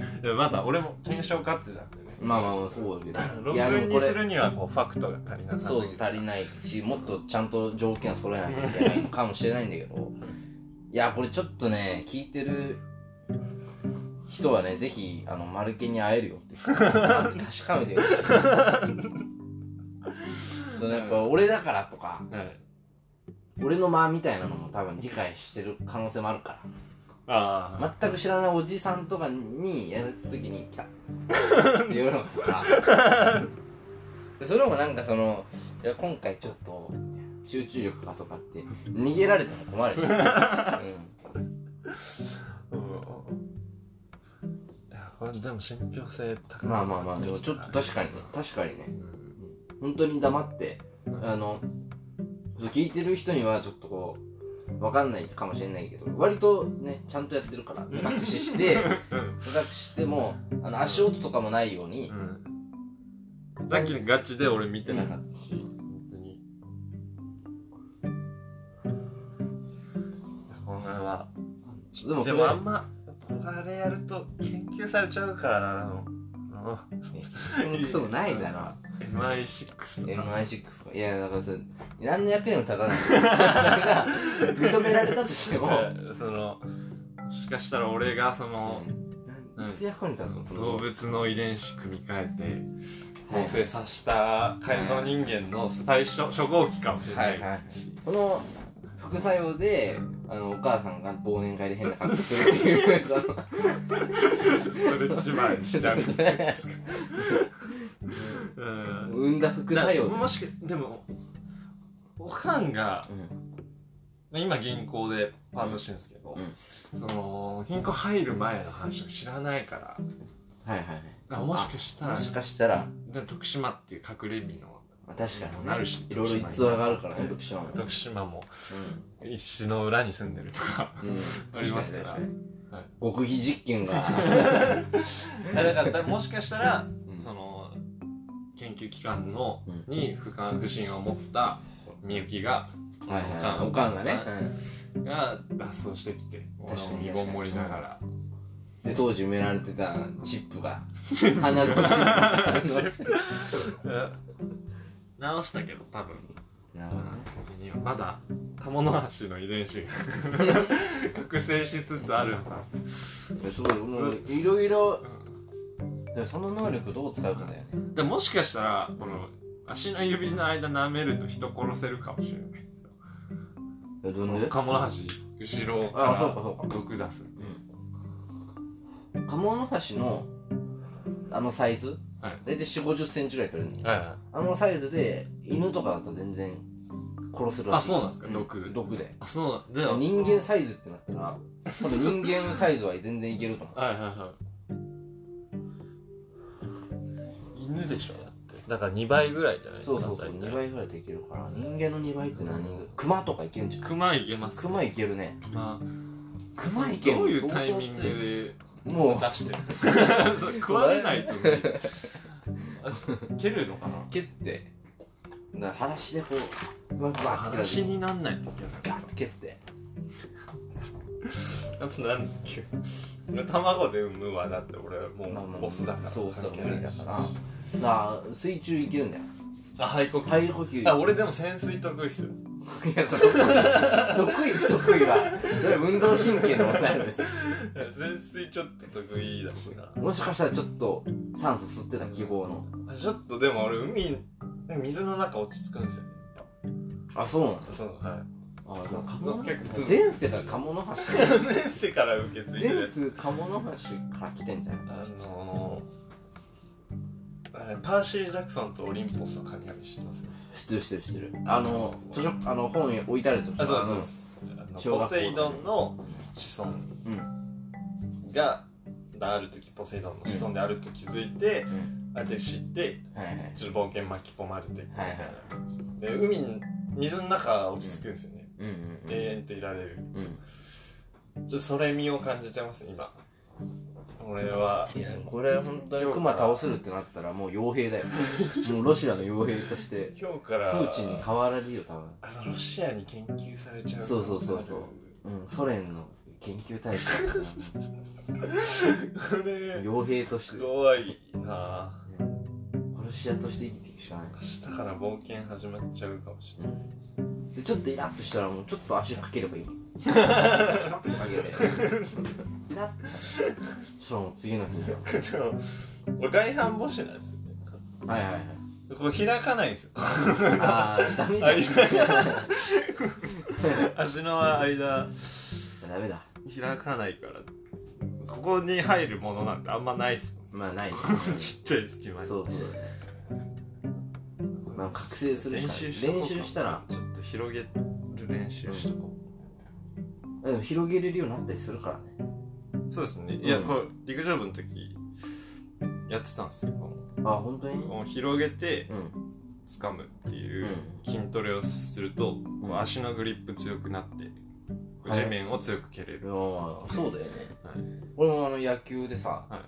S2: な
S1: いやまだ俺も検証勝手なんでね
S2: まあまあまあそうだけど
S1: 論
S2: いやで
S1: 文
S2: もこ
S1: にす
S2: れ
S1: るにはこうファクトが足りなさす
S2: そ
S1: ぎ
S2: う
S1: る
S2: 足りないしもっとちゃんと条件を揃えなきゃいけないのかもしれないんだけどいやこれちょっとね聞いてる人はねぜひあのマルケンに会えるよって確かめてよそのやっぱ俺だからとか
S1: はい
S2: 俺の間みたいなのも多分理解してる可能性もあるから
S1: ああ、
S2: 全く知らないおじさんとかにやるときに 「来た」って言うのとかそれもなんかその「いや今回ちょっと集中力が」とかって逃げられたら困る し、う
S1: いやこれでも信憑性高い
S2: ん、まあまあまあでもちょっと確かにね確かにね
S1: うん
S2: 本当に黙ってあのそう聞いてる人にはちょっとこうわかんないかもしれないけど割とねちゃんとやってるから目隠 しして
S1: うん
S2: 目隠ししてもあの足音とかもないように
S1: うんさっきのガチで俺見てなかったし、本当に。この辺は。
S2: でもそ
S1: で
S2: れ
S1: もあんま、あれやると研究されちゃうからな、あの あ
S2: そのクソもないだろ。
S1: の MI6 とか。
S2: MI6 か。いや、だからそれ、何の役にも立たない。 それが認められたとしても、
S1: えその、もしかしたら俺がその、
S2: うんいつ役に立つのその
S1: 動物の遺伝子組み替えて合成させた改造人間の最初、初号機かもしれないし、
S2: はいはいこの副作用で、あの、お母さんが忘年会で変な格好するっていう、その、
S1: ストレッチマンし ちゃうんじゃないですか。うん
S2: 生んだ副作用
S1: だもしかでもおかんが
S2: うん
S1: 今銀行でパートしてるんですけど、その銀行入る前の話を知らないからだ
S2: はいはいはい
S1: からもしかしたら
S2: もしかしたら、
S1: で徳島っていう隠れ身の
S2: まあ確かにね
S1: なるし、
S2: いろいろ逸話があるからね、徳島も。
S1: 徳島も
S2: う
S1: 石の裏に住んでるとか
S2: ん。うん。
S1: ありますから
S2: 確に確か
S1: はい
S2: に極秘実 験が。
S1: だからもしかしたら
S2: うん
S1: その研究機関の
S2: うん
S1: に不感不信を持ったみゆきが
S2: はいはいはい
S1: お
S2: お
S1: か
S2: か
S1: ん
S2: ん
S1: が
S2: が
S1: ね
S2: ね、
S1: が脱走してきて
S2: 確かに
S1: 身ごもりながら
S2: で当時埋められてたチップが鼻のチップ
S1: 直したけど多分
S2: なるほどね
S1: 時にはまだカモノハシの遺伝子が覚醒しつつある
S2: いやすごいもういろいろだからその能力どう使うかだよね
S1: でもしかしたらこの足の指の間舐めると人殺せるかもしれない
S2: えどんで
S1: カモノハシ後ろ
S2: あそう
S1: か
S2: かそうから
S1: 毒出す
S2: カモノハシのあのサイズ、
S1: はい
S2: 大体4 5 0センチぐらい取れるの
S1: はいはい
S2: あのサイズで犬とかだと全然殺せるらしい
S1: あそうなんですか毒
S2: 毒で
S1: あそうで
S2: 人間サイズってなったら多分人間サイズは全然いけると思う
S1: はいはいはい犬でしょだってだから2倍ぐらいじゃないですか
S2: そうそうそう
S1: 大体
S2: 2倍ぐらいでいけるから人間の2倍って何熊とかいけんじゃん
S1: 熊いけます
S2: 熊いけるね
S1: まあ
S2: 熊池
S1: どういうタイミングで
S2: もう
S1: 出して るそう食われないと無理あ蹴るのかな
S2: 蹴ってな裸足でこうグワグワって
S1: 話になんないといけ
S2: ガッて蹴って
S1: あとなんだっけ俺卵で産むはだって俺
S2: まあ
S1: も
S2: ま
S1: う
S2: あ
S1: オスだから
S2: そうオスだ
S1: 関
S2: か
S1: 係
S2: ら無
S1: ない
S2: 理だ
S1: し
S2: からだから水中いけるんだよ
S1: あ肺呼吸
S2: 肺呼吸
S1: あ俺でも潜水得意っすよ
S2: いやそれ得意不得意はそれは運動神経の問題なんですよ
S1: いや潜水ちょっと得意だしな
S2: もしかしたらちょっと酸素吸ってた希望の
S1: あちょっとでも俺海水の中落ち着くんですよね
S2: あそうなんだ
S1: そのはい
S2: あでも鴨の
S1: 結構
S2: 前世が鴨の 橋
S1: 前世から受け継いでるや
S2: 前
S1: つ
S2: 世鴨の橋から来てんじゃない
S1: あのー、あれパーシー・ジャクソンとオリンポスの神々知ってます
S2: 知ってる知ってる知ってるあの図書あの本置いてある図書
S1: あそうです
S2: あ
S1: そう
S2: の
S1: ですあの
S2: 小
S1: ポ
S2: 学校の
S1: セイドンの子孫
S2: うん
S1: がある時ポセイドンの子孫であると気づいて、
S2: うん
S1: あえて知って
S2: はいはい
S1: ちょっと冒険巻き込まれていくみたいな、
S2: はいは
S1: で海に水の中落ち着くんですよね、
S2: うんうん
S1: 永遠といられる
S2: うんうん
S1: ちょっとそれ身を感じちゃいます今俺はい
S2: やこれ本当にクマ倒せるってなったらもう傭兵だ よもうロシアの傭兵として
S1: 今日か
S2: プ
S1: ら
S2: ーチンに変わられるよ多分
S1: あのロシアに研究されちゃう
S2: そうそうそうそううんソ連の研究大使
S1: これ
S2: 傭兵と して
S1: 怖いなぁ
S2: うん殺し屋として生きていくしかない
S1: 明日から冒険始まっちゃうかもしれ
S2: でちょっとイラッとしたらもうちょっと足かければい いかけてイラッとしたらもう次の日には
S1: ないでも俺外反母趾なんですよね
S2: はいはいはい
S1: こう開かないんですよ
S2: ああダメじゃん
S1: 足の間
S2: ダメだ
S1: 開かないからここに入るものなんてあんまないっすも
S2: まあないね
S1: ん ちっちゃい隙間に
S2: そうそうまあ覚醒するしか
S1: 練習
S2: ない
S1: しとこうか
S2: 練習したら
S1: ちょっと広げる練習しとこ
S2: でも広げれるようになったりするからね
S1: う、そうですねいや
S2: うん
S1: これ陸上部の時やってたんですよこ
S2: あ本当に
S1: のこの広げて
S2: うん
S1: 掴むっていう
S2: う
S1: 筋トレをすると、こう足のグリップ強くなって
S2: はい
S1: 地面を強く蹴れる、
S2: ああそうだよね、
S1: はい
S2: 俺もあの野球でさ、
S1: はい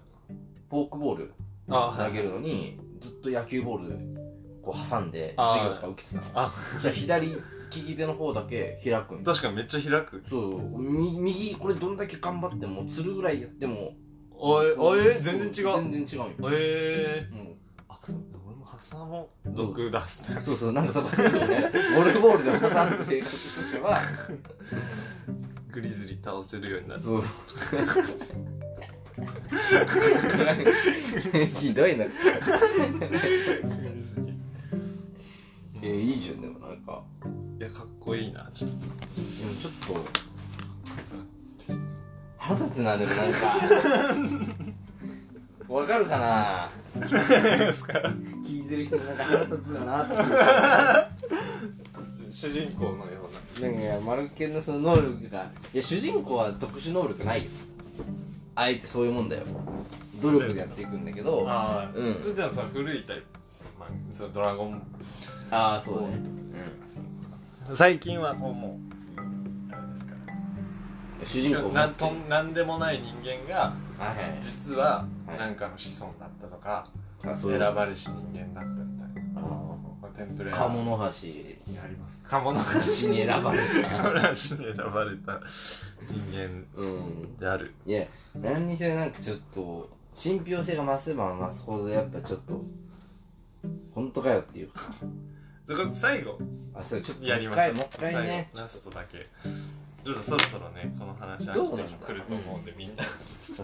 S2: フォークボール
S1: あ
S2: 投げるのにずっと野球ボールこう挟んで
S1: あー
S2: 授業とか受けてたの
S1: あ
S2: そしたら左利き手の方だけ開くんだ
S1: 確かにめっちゃ開く
S2: そうみ右これどんだけ頑張ってもつるぐらいやっても
S1: おえおえ全然違う
S2: 全然違うよ
S1: ええ
S2: うん
S1: あ俺もハサも毒出すタイプ
S2: そうそうなんかさゴ ルフボールでも挟んで生活すれば
S1: グリズリー倒せるようになる
S2: そうそう。ひどいな。
S1: グリズリー
S2: えー、いいじゃん、でもなんか。
S1: いやかっこいいなちょっと
S2: でもちょっと。腹立つな、でもなん か。わかるかな
S1: ですから
S2: 聞いてる人なんか腹立つよなって。
S1: 主人公のような
S2: なんか、マルケンのその能力が。いや、主人公は特殊能力ないよ。あえてそういうもんだよ。努力でやっていくんだけど。あ
S1: ああ、
S2: うん
S1: それでもその古いタイプです、まあ、そのドラゴン
S2: あー、そうだね。
S1: 最近はこうもうあれですから
S2: うん。主人公
S1: な
S2: も
S1: んとなんでもない人間が
S2: あはいはい
S1: 実は
S2: はい
S1: 何かの子孫だったとか、
S2: あそういう
S1: 選ばれし人間だったみたいなまあテンプレ
S2: カモ
S1: の
S2: ノハ
S1: ありますカモノハシ
S2: シに選ばれ
S1: カ
S2: た
S1: モノハシに選ばれた人間
S2: うん
S1: である
S2: いや何にせよなんかちょっと信憑性が増せば増すほどやっぱちょっと本当かよっていうか
S1: そこ最後
S2: あそれちょっと
S1: やり
S2: もう
S1: ま
S2: 一
S1: しょう
S2: 回もう一回ね
S1: 最後ラストだけちょっとそろそろねこの話飽
S2: どうなんだ
S1: きてくると思うんでみんな
S2: あ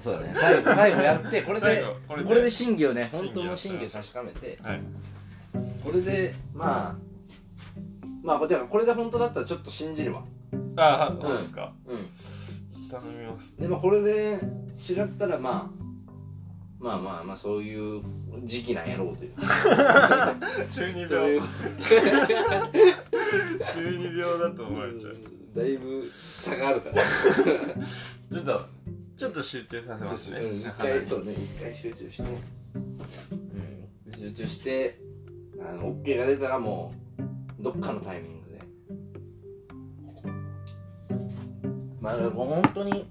S2: そうだね最後最後やってこれ
S1: 最
S2: で
S1: 後これで
S2: これで真偽をね本当の
S1: 真
S2: 真
S1: 偽
S2: 偽
S1: を
S2: を
S1: 確
S2: 確かめて
S1: はい
S2: これでまあまあだからこれで本当だったらちょっと信じるわ
S1: ああそうですか、
S2: うん
S1: 頼み ます
S2: でもこれで違ったらまあまあまあまあそういう時期なんやろうという
S1: 中二
S2: そういう
S1: 病中二病だと思われちゃう
S2: だいぶ差があるから
S1: ちょっとちょっと集中させますね
S2: うん一回そうね一回集中して、うん、集中してあの OK が出たらもうどっかのタイミングでまあだからもう本当に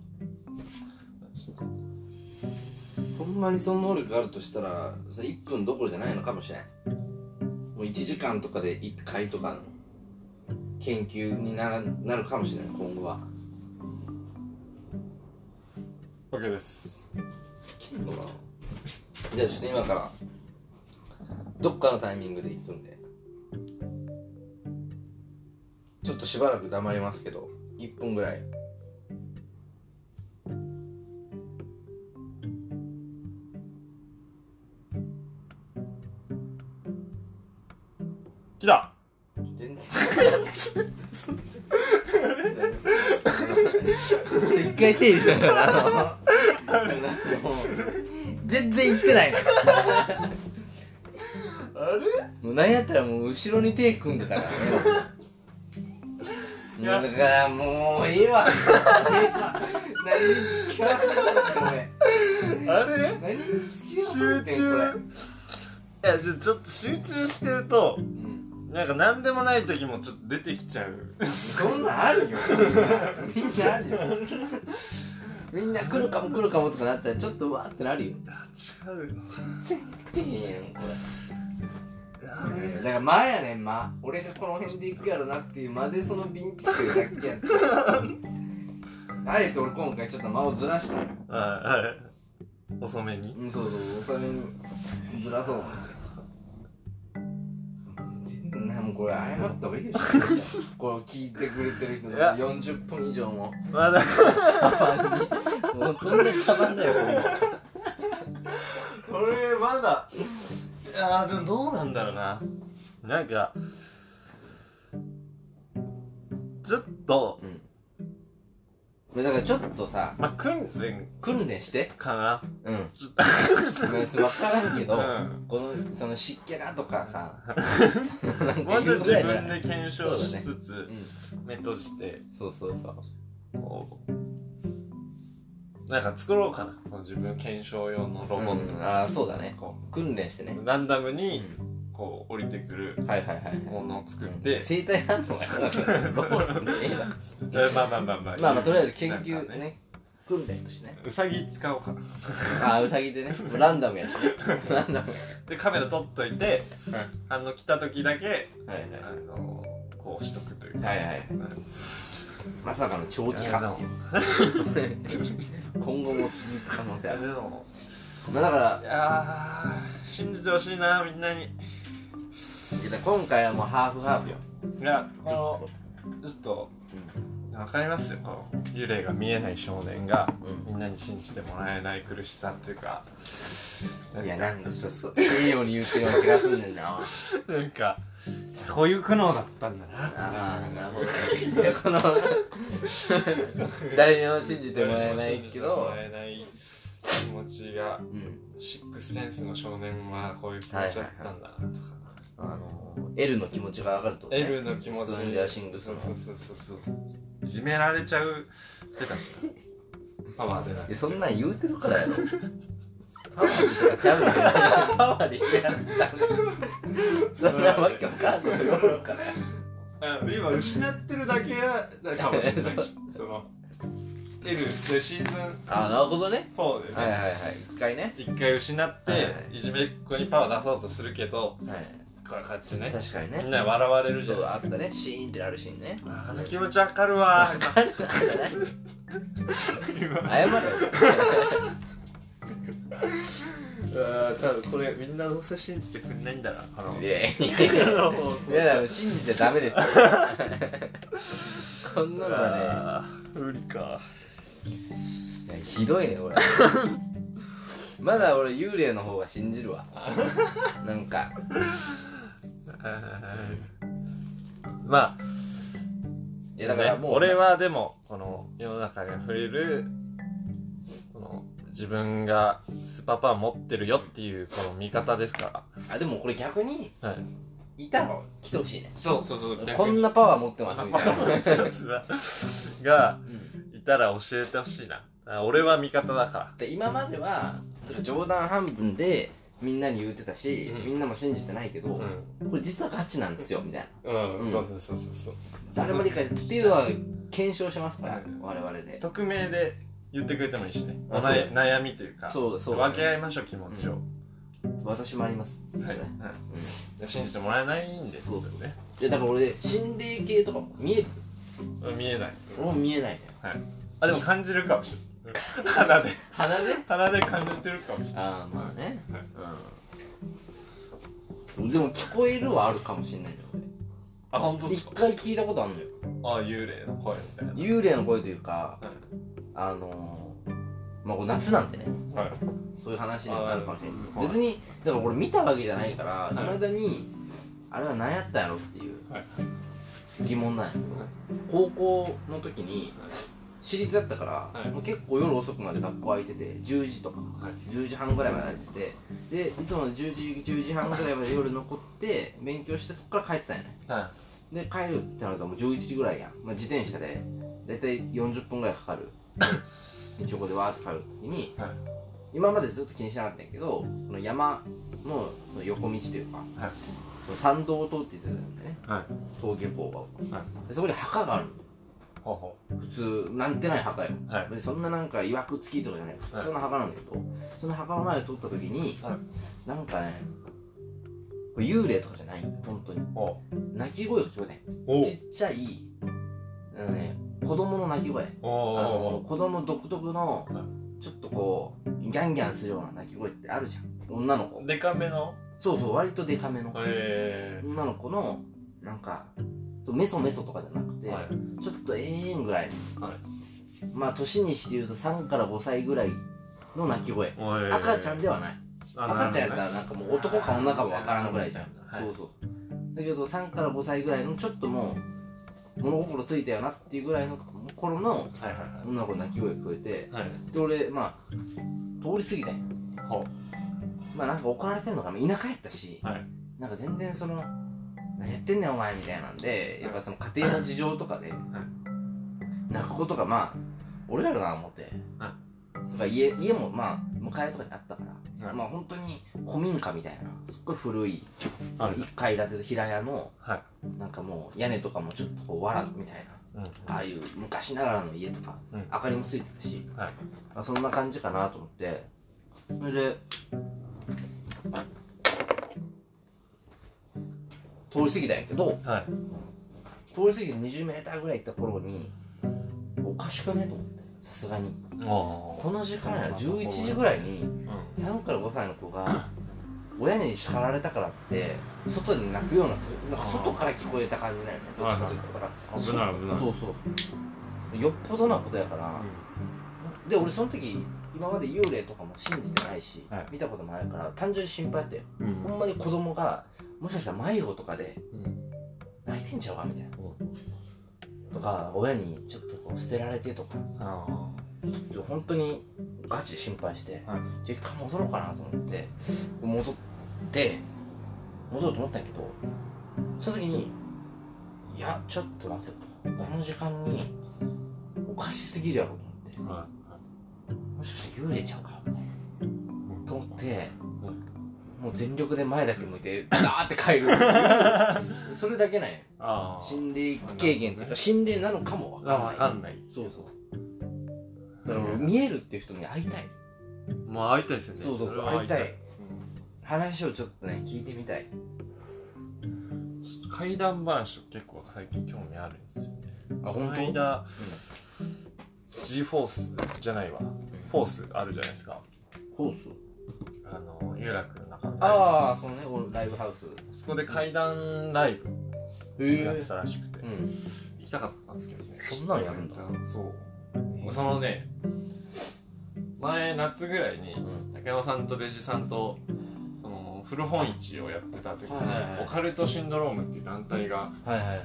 S2: ほんまにその能力があるとしたらそれ1分どころじゃないのかもしれないもう1時間とかで1回とかの研究にならなるかもしれない今後は
S1: OK です
S2: じゃあちょっと今からどっかのタイミングで行くんでちょっとしばらく黙りますけど1分ぐらい
S1: 来た
S2: 全然一回整理しながらあの全然行ってないの
S1: あれ
S2: もうなんやったらもう後ろに手組んでたからね
S1: い
S2: も
S1: や
S2: うだからもうええわ 何に付き合わせてんのこれ
S1: あれ
S2: 何に付き合わ
S1: 集
S2: せてんのこれ
S1: 中いやじゃあちょっと集中してると
S2: うん
S1: なんか何でもない時もちょっと出てきちゃう
S2: そんなんあるよみんなあるよみんな来るかも来るかもとかなったらちょっとうわーってなるよ
S1: あ違うよ
S2: いいやんこれ
S1: やべ
S2: だから間やねん間俺がこの辺で行くやろなっていう間でそのビンピックだけやってあえて俺今回ちょっと間をずらしたのよ
S1: はいはい遅めに
S2: うんそうそう遅めにずらそう全然もうこれ謝った方がいいでしょこれ聞いてくれてる人
S1: いや
S2: 40分以上も
S1: まだ
S2: 茶番に もうどんな茶番だよほんま
S1: これまだあーでもどうなんだろうななんかちょっと
S2: うんこれだからちょっとさ
S1: まあ訓練
S2: 訓練して
S1: かな
S2: うん
S1: ちょっ
S2: 別に分からんけど、
S1: うん
S2: このその湿気がとかさ
S1: ともうちょっと
S2: ぐら
S1: 自
S2: いなら
S1: 分で検証しつ
S2: う
S1: つ
S2: ん
S1: 目閉じて
S2: そうそうそう
S1: こうなんか作ろうかなこの自分検証用のロボット
S2: うん
S1: が、
S2: ああそうだね
S1: こ
S2: 訓練してね、
S1: うランダムに
S2: う
S1: こう降りてくる
S2: ん、はいはいはい
S1: ものを作っ
S2: うん
S1: て、
S2: 生体反応がやばかったロボットね
S1: え まあまあまあまあ
S2: まあまあとりあえず研
S1: なん
S2: 究
S1: か
S2: ね訓練としてね
S1: うさぎ使おうかな
S2: ああウサギでねランダムやし ねランダム
S1: でカメラ撮っといて、あの来た時だけ
S2: はいはい
S1: あのこうしとくというか、
S2: はいはいまさかの長期
S1: いや
S2: 化っていう今後も続く可能性あ
S1: で
S2: る、
S1: も
S2: まあ、だから
S1: いやー信じてほしいなみんなにい
S2: 今回はもうハーフハーフよ、
S1: やこのちょっとわかりますよこの幽霊が見えない少年が、
S2: う
S1: み
S2: ん
S1: んなに信じてもらえない苦しさっていうか
S2: いや
S1: な
S2: なんん
S1: か
S2: かちょっとええように言うてるような気がすんねんなあ
S1: なんかこういう苦悩だったんだな
S2: あなるほどいやこの誰にも信じてもらえないけど
S1: 誰にも信じてもらえない気持ちが
S2: うん
S1: シックスセンスの少年はこういう気持ちだったんだなとか、
S2: あの L の気持ちが上がるってことね
S1: L の気持ち
S2: ストレンジャーシングス
S1: そ
S2: の
S1: うそうそうそうそういじめられちゃう出たしパワー出ない
S2: いやそんなん言うてるからやろパワーでやっちゃうのパワーでやっちゃうのそんなわけわからんこと言わんからや
S1: あ今失ってるだけだかもしれない
S2: そう
S1: その L でシーズン
S2: ああなるほどね
S1: 4でね、
S2: はいはいはい一回ね
S1: 一回失って、
S2: はい
S1: い
S2: は
S1: じめっ子にパワー出そうとするけど
S2: はい
S1: こうやってね
S2: 確かに
S1: みん
S2: ね
S1: な笑われるじ
S2: そ
S1: ゃ
S2: うんあったねシーンってなるシーンね
S1: あの気持ちわかるわー
S2: あるからじゃない
S1: 今
S2: 謝れよ
S1: あー多分これみんなどうせ信じてくんないんだなあの
S2: いやい
S1: あ
S2: や
S1: の放送
S2: いやでも信じちゃダメですよ こんなのは
S1: あー無理か
S2: ねいやひどいね俺まだ俺幽霊の方が信じるわなんか
S1: まあ
S2: いやだからもう、
S1: ね俺はでもこの世の中に触れるこの自分がスーパーパワー持ってるよっていうこの見方ですか
S2: あでもこれ逆に
S1: ら、はい、
S2: いたの来てほしいね
S1: そうそうそう
S2: こんなパワー持ってますみたいな、
S1: が
S2: うん
S1: いたら教えてほしいなあ俺は味方だか
S2: で今まではそれ冗談半分でみんなに言ってたし、
S1: うん
S2: みんなも信じてないけど、
S1: らうん
S2: これ実はガチなんですよみたいな
S1: うん、
S2: うん
S1: そうそうそうそうそう
S2: 誰も理解っていうのは検証しますから、
S1: はい
S2: 我々で
S1: 匿名で言ってくれてもいいしねお
S2: あ
S1: な
S2: そう
S1: 悩みというか
S2: そうだそうだ
S1: 分け合いましょう気持ちを、
S2: 私もあります、
S1: はい、は
S2: うん
S1: い、信じてもらえないんですよ
S2: そ
S1: ね
S2: いやだから俺心霊系とかも見える
S1: 見えないです
S2: 俺も見えないのよ
S1: あでも感じるかもしれない鼻で
S2: 鼻で
S1: 鼻で感じてるかもしれない
S2: ああまあね
S1: はい
S2: うんでも聞こえるはあるかもしれないのよ
S1: あ本当
S2: 俺
S1: です
S2: 一
S1: か
S2: 回聞いたことあるのよ
S1: あ幽霊の声みたいな
S2: 幽霊の声というか
S1: はい
S2: あのー、まあこれ夏なんてね
S1: はい
S2: そういう話にはなるかもしれない
S1: はい
S2: 別にだから俺見たわけじゃないから
S1: い
S2: いまだにあれは何やったんやろっていう
S1: はい
S2: 疑問なんや高校の時に私立だったから、
S1: はい
S2: もう結構夜遅くまで学校空いてて10時とか
S1: はい
S2: 10時半ぐらいまで空いててでいつもの10時10時半ぐらいまで夜残って勉強してそこから帰ってたんやね
S1: は
S2: で帰るってなるともう11時ぐらいやん、まあ、自転車で大体40分ぐらいかかる 一応こでわーって帰る時に、
S1: はい
S2: 今までずっと気にしなかったんやけどこの山のその横道というか、
S1: はい
S2: その山道を通っていってたんだよね
S1: いはい
S2: 登下校が、
S1: は
S2: でそこに墓がある
S1: ほうほ
S2: 普通なんてない墓よ
S1: うはい
S2: でそんななんかいわくつきとかじゃない普通の墓なんだけど、その墓の前を通った時に、
S1: は
S2: なんかねこれ幽霊とかじゃない本当に
S1: ほう
S2: 泣き声が聞こえ
S1: お
S2: な
S1: う
S2: いちっちゃい、あのね、子供の泣き声
S1: お
S2: あの
S1: お
S2: 子供独特の
S1: は
S2: ちょっとこうギャンギャンするような泣き声ってあるじゃん女の
S1: お
S2: 子
S1: でかめの
S2: そうそう割とデカめの
S1: え
S2: 女の子のなんかそうメソメソとかじゃなく
S1: え
S2: て、
S1: はい
S2: ちょっと永遠ぐらいの、
S1: はい
S2: まあ年にして言うと3から5歳ぐらいの鳴き声、
S1: おえ
S2: 赤ちゃんではない
S1: あ
S2: 赤ちゃんやった
S1: なる
S2: らなんかもう男か女かもわからんぐらいじゃん、
S1: はい
S2: そうそうだけど3から5歳ぐらいのちょっともう物心ついたよなっていうぐらいの頃の
S1: ほどはいはいは
S2: 女の子の鳴き声が聞こえて
S1: いはい
S2: で俺まあ通り過ぎたんよ
S1: ほ
S2: まあなんか怒られてんのかな田舎やったし
S1: うはい
S2: なんか全然その何やってんねんお前みたいなんでやっぱその家庭の事情とかで泣くことがまあ俺らだな思って、
S1: は
S2: とか家家もまあ向かいとかにあったから、
S1: はい
S2: まあ本当に古民家みたいなすっごい古い
S1: はい
S2: 1階建ての平屋の
S1: はい
S2: なんかもう屋根とかもちょっとこう藁みたいな
S1: うん
S2: ああいう昔ながらの家とか、
S1: うん
S2: 明かりもついてたし、
S1: はい
S2: あそんな感じかなと思ってそれで通り過ぎたんやけど
S1: はい
S2: 通り過ぎて 20m ぐらい行った頃におかしくねと思ってさすがに
S1: おお
S2: この時間や11時ぐらいに
S1: うん
S2: 3から5歳の子が親に叱られたからって外で泣くようななんか外から聞こえた感じだよねどっちかというとだから
S1: 危ない危ない
S2: そうそうよっぽどなことやから、で俺その時今まで幽霊とかも信じてないし、
S1: はい
S2: 見たこともないから単純に心配やったよ、
S1: うんうん
S2: ほんまに子供がもしかしたら迷子とかで
S1: うん
S2: 泣いてんちゃうかみたいな
S1: おう
S2: とか親にちょっとこう捨てられてとか
S1: あ
S2: 本当にガチで心配して、
S1: はい
S2: じゃあ一回戻ろうかなと思って戻って戻ろうと思ったんやけどその時に「いやちょっと待て」とこの時間におかしすぎるやろと思って
S1: ーは
S2: もしかして幽霊ちゃうか
S1: ん
S2: と思って、
S1: う
S2: もう全力で前だけ向いてザーって帰る それだけなんや
S1: いあー
S2: 心霊経験というか心霊なのかもわ
S1: あ
S2: か
S1: 分
S2: ん
S1: か
S2: ない
S1: んない
S2: そうそうだから俺見えるっていう人に会いたい
S1: もう会いたいですよね
S2: そうそう
S1: れは
S2: 会いたい話をちょっとね聞いてみたい
S1: うんちょっと怪談話と結構最近興味あるんですよね
S2: あ
S1: この
S2: に
S1: 間 G フォースじゃないわフォースあるじゃないですか
S2: ホース
S1: あの有楽の中の
S2: ああそのね俺ライブハウス
S1: そこで怪談ライブ
S2: へ
S1: やってたらしくて、
S2: うん
S1: 行きたかったんですけどね
S2: そんなのやるんだ
S1: そうそのね前夏ぐらいに
S2: うん
S1: 竹山さんとデジさんとその古本市をやってた時に、
S2: はいはいはい
S1: オカルトシンドロームっていう団体が
S2: はいはいはいはい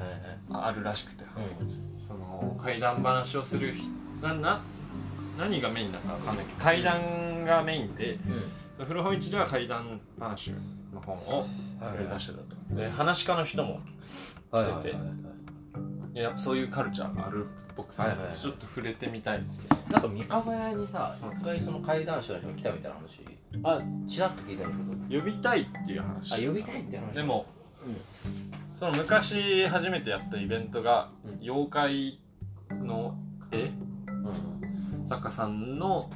S1: あるらしくて、
S2: う
S1: その怪談話をする人なな何がメインだかわかんないけど怪談がメインで
S2: う
S1: その古本市では怪談話の本を
S2: んはいはい
S1: 出してたと、で話し家の人も
S2: はい
S1: 来てて
S2: はいはいは
S1: い
S2: い
S1: やそういうカルチャーがあるっぽくて、
S2: はいはいはい
S1: ちょっと触れてみたいんですけど
S2: なんか三河屋にさ
S1: うん
S2: 一回その怪談師の人が来たみたいな
S1: あ
S2: 話ちらっと聞いたんだ
S1: 呼びたいっていう話
S2: けどあ呼びたいみたいな話
S1: でも
S2: うん
S1: その昔初めてやったイベントが
S2: うん
S1: 妖怪の絵
S2: うんうん
S1: 作家さんの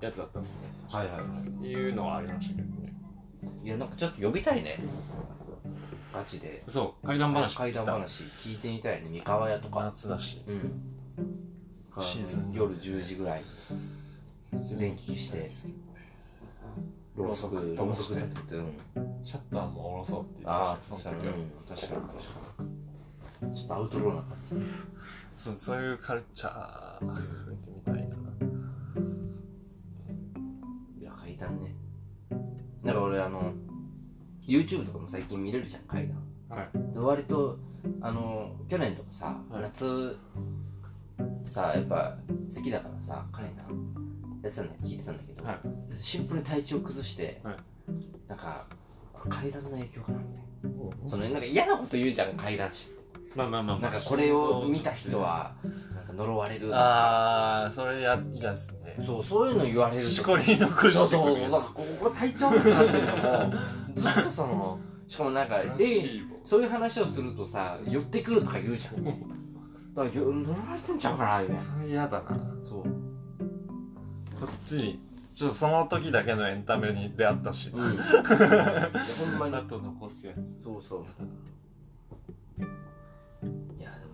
S1: やつだったんですよね
S2: はいはいは
S1: っていうのはありましたけどね
S2: いいやなんかちょっと呼びたいねガチで
S1: そう怪談話
S2: 怪談話聞いてみたいね三河屋とか
S1: 夏だし
S2: うん
S1: シーズン
S2: 夜10時ぐらい電気消してろうそくろ
S1: ろ
S2: う
S1: う
S2: そ
S1: そ
S2: く
S1: く
S2: 立ててうん
S1: シャッターも下ろそうって言って
S2: あ
S1: ま
S2: あ
S1: したそ
S2: 確
S1: の
S2: かに
S1: 時は
S2: 確かに確かにちょっとアウトローな感じ
S1: そうそういうカルチャー見てみたいない
S2: や階段ねなんか俺あの YouTube とかも最近見れるじゃん階段
S1: はい
S2: で割とあの去年とかさ、
S1: はい
S2: 夏さやっぱ好きだからさ階段やってたんだ聞いてたんだけど、
S1: はい
S2: シンプルに体調崩して、
S1: はい
S2: なんか階段の影響かなみたいなそのなんか嫌なこと言うじゃん階段師って
S1: まあまあまあま
S2: な
S1: あ
S2: んかこれを見た人はなんか呪われる
S1: ああそれや嫌ですね
S2: そうそういうの言われると
S1: しこり残
S2: そう
S1: して
S2: そう
S1: く
S2: そ
S1: る
S2: う、
S1: や
S2: なんかここ体調悪くなってるのも、ずっとその、しかもなんか、
S1: つ
S2: 例、そういう話をするとさ、寄ってくるとか言うじゃん。だから、よ乗られてんちゃうかなみたいな。
S1: それ嫌だな
S2: そう。
S1: こっちにちょっとその時だけのエンタメに出会ったし、
S2: うん。いやほんまに
S1: あ。と残すやつ
S2: そうそう。いや、でも、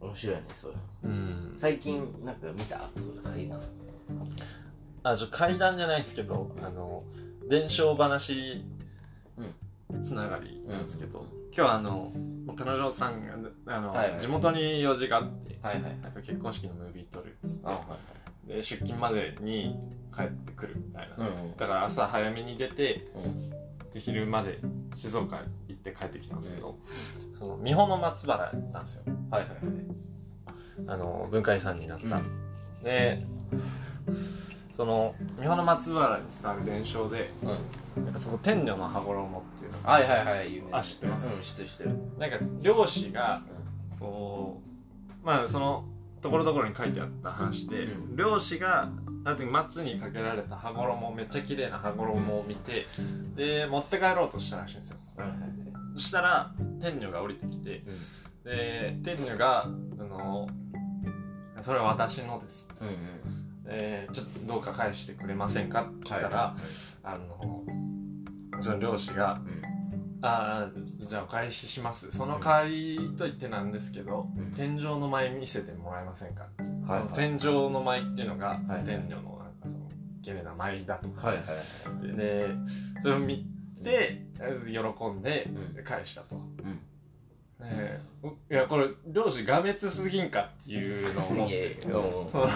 S2: 面白いね、そういうの。
S1: うん
S2: 最近、なんか見たそういう階段。
S1: あじゃ階段じゃないですけどあの伝承話つながりなんですけど、今日あの彼女さんがあの、
S2: はいはい
S1: 地元に用事があって
S2: はいはい。
S1: なんか結婚式のムービー撮るっつって
S2: あ、はい。
S1: で出勤までに帰ってくるみたいな、
S2: うん
S1: だから朝早めに出て
S2: うん。
S1: で昼まで静岡行って帰ってきたんですけど、その美穂の松原なんですよ
S2: うん。はいはいはい。
S1: あの文化遺産になった、
S2: うん。
S1: でその美穂の松原に伝わる伝承で
S2: うん。
S1: なんかその天女の羽衣っていうのが
S2: はいはいはい、有名
S1: あ知ってます
S2: うん、知ってる知ってる。
S1: なんか漁師がこうまあそのところどころに書いてあった話で、
S2: うん
S1: 漁師がある時松にかけられた羽衣めっちゃ綺麗な羽衣を見てで持って帰ろうとしたらしいんですよ
S2: はいはいはい。
S1: そしたら天女が降りてきて
S2: うん。
S1: で天女があの「それは私のです」
S2: うんうん
S1: えーちょっとどうか返してくれませんか?」って言ったら、あのその漁師が
S2: うん
S1: 「ああじゃあお返ししますその代わりと言ってなんですけど、
S2: うん
S1: 天井の前見せてもらえませんか?」
S2: はいはい
S1: 天井の舞っていうのが、
S2: いはい
S1: 天女のなんかその綺麗な舞だと
S2: はいはい
S1: でそれを見て、喜んで
S2: う
S1: 返したと。
S2: うん
S1: ねえいやこれ漁師がめつすぎんかっていうのを思っ
S2: いやいや
S1: て
S2: うん
S1: その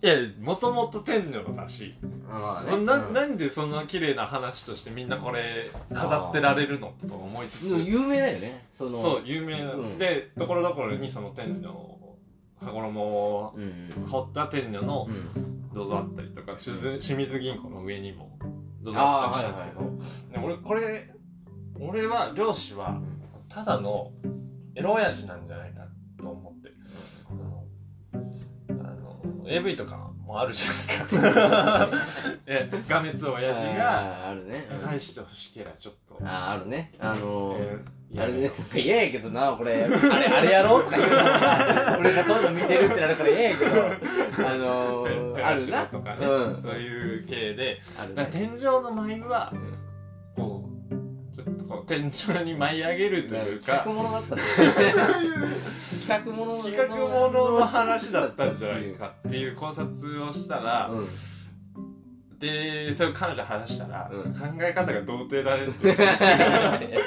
S1: いやもともと天女だし
S2: まあね
S1: そんな
S2: うん
S1: なんでそんな綺麗な話としてみんなこれ飾ってられるのとか思いつ
S2: でも
S1: つ
S2: 有名だよねその
S1: そう有名な、
S2: うん
S1: でところどころにその天女の羽衣を
S2: うんうん
S1: 彫った天女の
S2: うん
S1: 銅像あったりとかしず清水銀行の上にも銅像あったりしたんですけど、
S2: あーは
S1: で俺これ俺は漁師はただのエロ親父なんじゃないかと思って、あのあの AV とかもあるじゃな いですかえがめつ親父が
S2: あーあるねうん
S1: 返してほしけりゃちょっと、
S2: あーあるねあのー
S1: えー
S2: あれね、 な
S1: や
S2: んか嫌やけどな、これ、あれ、あれやろうとか言うの さ、俺がそういうの見てるってなるから嫌やけど、あの
S1: め
S2: ー、
S1: よ
S2: あるな。
S1: とか
S2: う
S1: ね、
S2: ん。
S1: そういう系で
S2: ある
S1: だから
S2: ね。
S1: 天井の舞はこうちょっとこう天井に舞い上げるというか
S2: 企画ものだったね。企画もの
S1: 企画ものの話だったんじゃないかっていう考察をしたら、
S2: うん。
S1: でそれを彼女話したら、
S2: うん
S1: 考え方が童貞だねって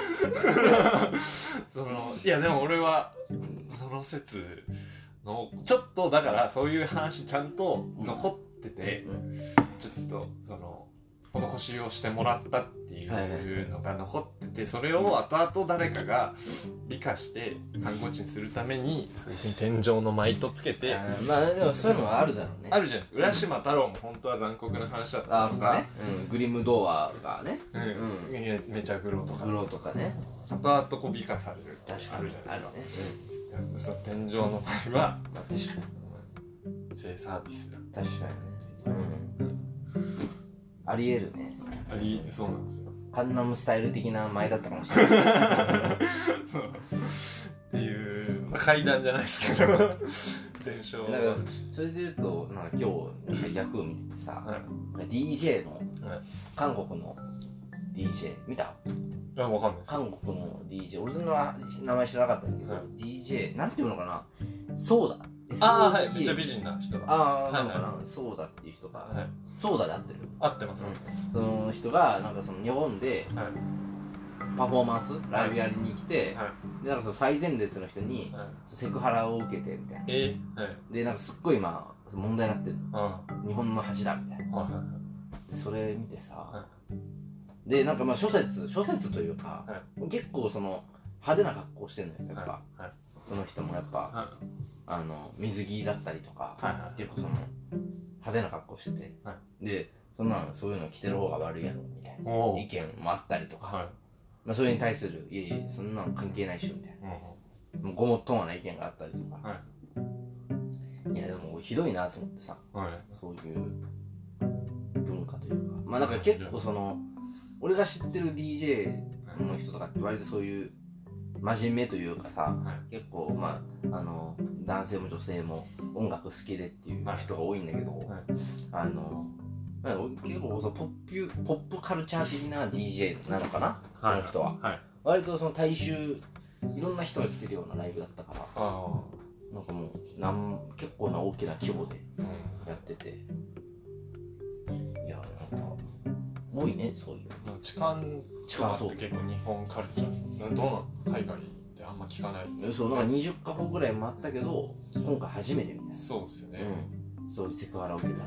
S1: そのいやでも俺はその説のちょっとだからそういう話ちゃんと残ってて、
S2: うん
S1: ちょっとその施しをしてもらったって
S2: はいはい
S1: いうのが残っててそれを後々誰かが美化して看護師にするためにそういうふうに天井の舞とつけて。
S2: あーまあでもそういうのはあるだろうね
S1: あるじゃないですか浦島太郎も本当は残酷な話だった
S2: あ
S1: と
S2: と
S1: か
S2: かね、うん、グリムドアがね
S1: うんいやめちゃグロとか
S2: グローとかね
S1: 後々こう美化されるあるじゃ
S2: あ
S1: ない
S2: るね、
S1: ですかその天井の場合は
S2: うんまあ、確かに
S1: 性サービスだ
S2: 確かにね、うん、ありえるね
S1: ありそうなんですよ
S2: カンナムスタイル的な前だったかもしれない
S1: そうっていう階段じゃないですけど 伝承もあ
S2: なん
S1: るし
S2: それで言うとなんか今日なんかヤフー見ててさ、
S1: はい
S2: DJ の、
S1: はい
S2: 韓国の DJ 見た
S1: いやわかんないです
S2: 韓国の DJ 俺の名前知らなかったんだけど、
S1: はい
S2: DJ なんていうのかなソーダ
S1: ああ
S2: SODA
S1: はいめっちゃ美人な人が
S2: ああなのか
S1: は
S2: な、ソーダっていう人が、
S1: はい
S2: ソーダで合ってる
S1: 合ってます
S2: うんその人がなんかその日本で
S1: はい
S2: パフォーマンスライブやりに来て、
S1: は
S2: でなんかその最前列の人に
S1: いはい
S2: セクハラを受けてみたいな
S1: えーはい
S2: でなんかすっごい今問題になってる
S1: あ
S2: 日本の恥だみたいな
S1: ーはいはい
S2: でそれ見てさ、
S1: は
S2: でなんかまあ諸説諸説というか、
S1: は
S2: 結構その派手な格好してるのよやっぱ、
S1: はいはい
S2: その人もやっぱ、
S1: はい
S2: あの水着だったりとか、
S1: はいはい
S2: 結構その派手な格好してて、
S1: は
S2: でそんなそういうの着てる方が悪いやろみたい
S1: おお
S2: な意見もあったりとか、
S1: はい
S2: まあ、それに対するいやいやそんなの関係ないっしょみたい
S1: うんうん
S2: なもうごもっともな意見があったりとか、
S1: はい
S2: い、やでもひどいなと思ってさ
S1: はい
S2: そういう文化というかまあなんか結構その俺が知ってる DJ の人とかって割とそういう真面目というかさ
S1: はい
S2: 結構まああの男性も女性も音楽好きでっていう人が多いんだけど、
S1: はい
S2: あのまあ結構そのポップユポップカルチャー的な DJ なのかな、
S1: はい
S2: その人は
S1: はい
S2: 割とその大衆いろんな人が来てるようなライブだったから
S1: ああ
S2: なんかもうなん結構な大きな規模で
S1: うん
S2: やってていやなんか多いねそういう
S1: まあ痴漢とかって結構日本カルチャーなどうなの海外ってあんま聞かないです
S2: そうなんか20か国ぐらい回ったけど今回初めてみたいな
S1: そうですよね、
S2: うん、そういうセクハラを受けたな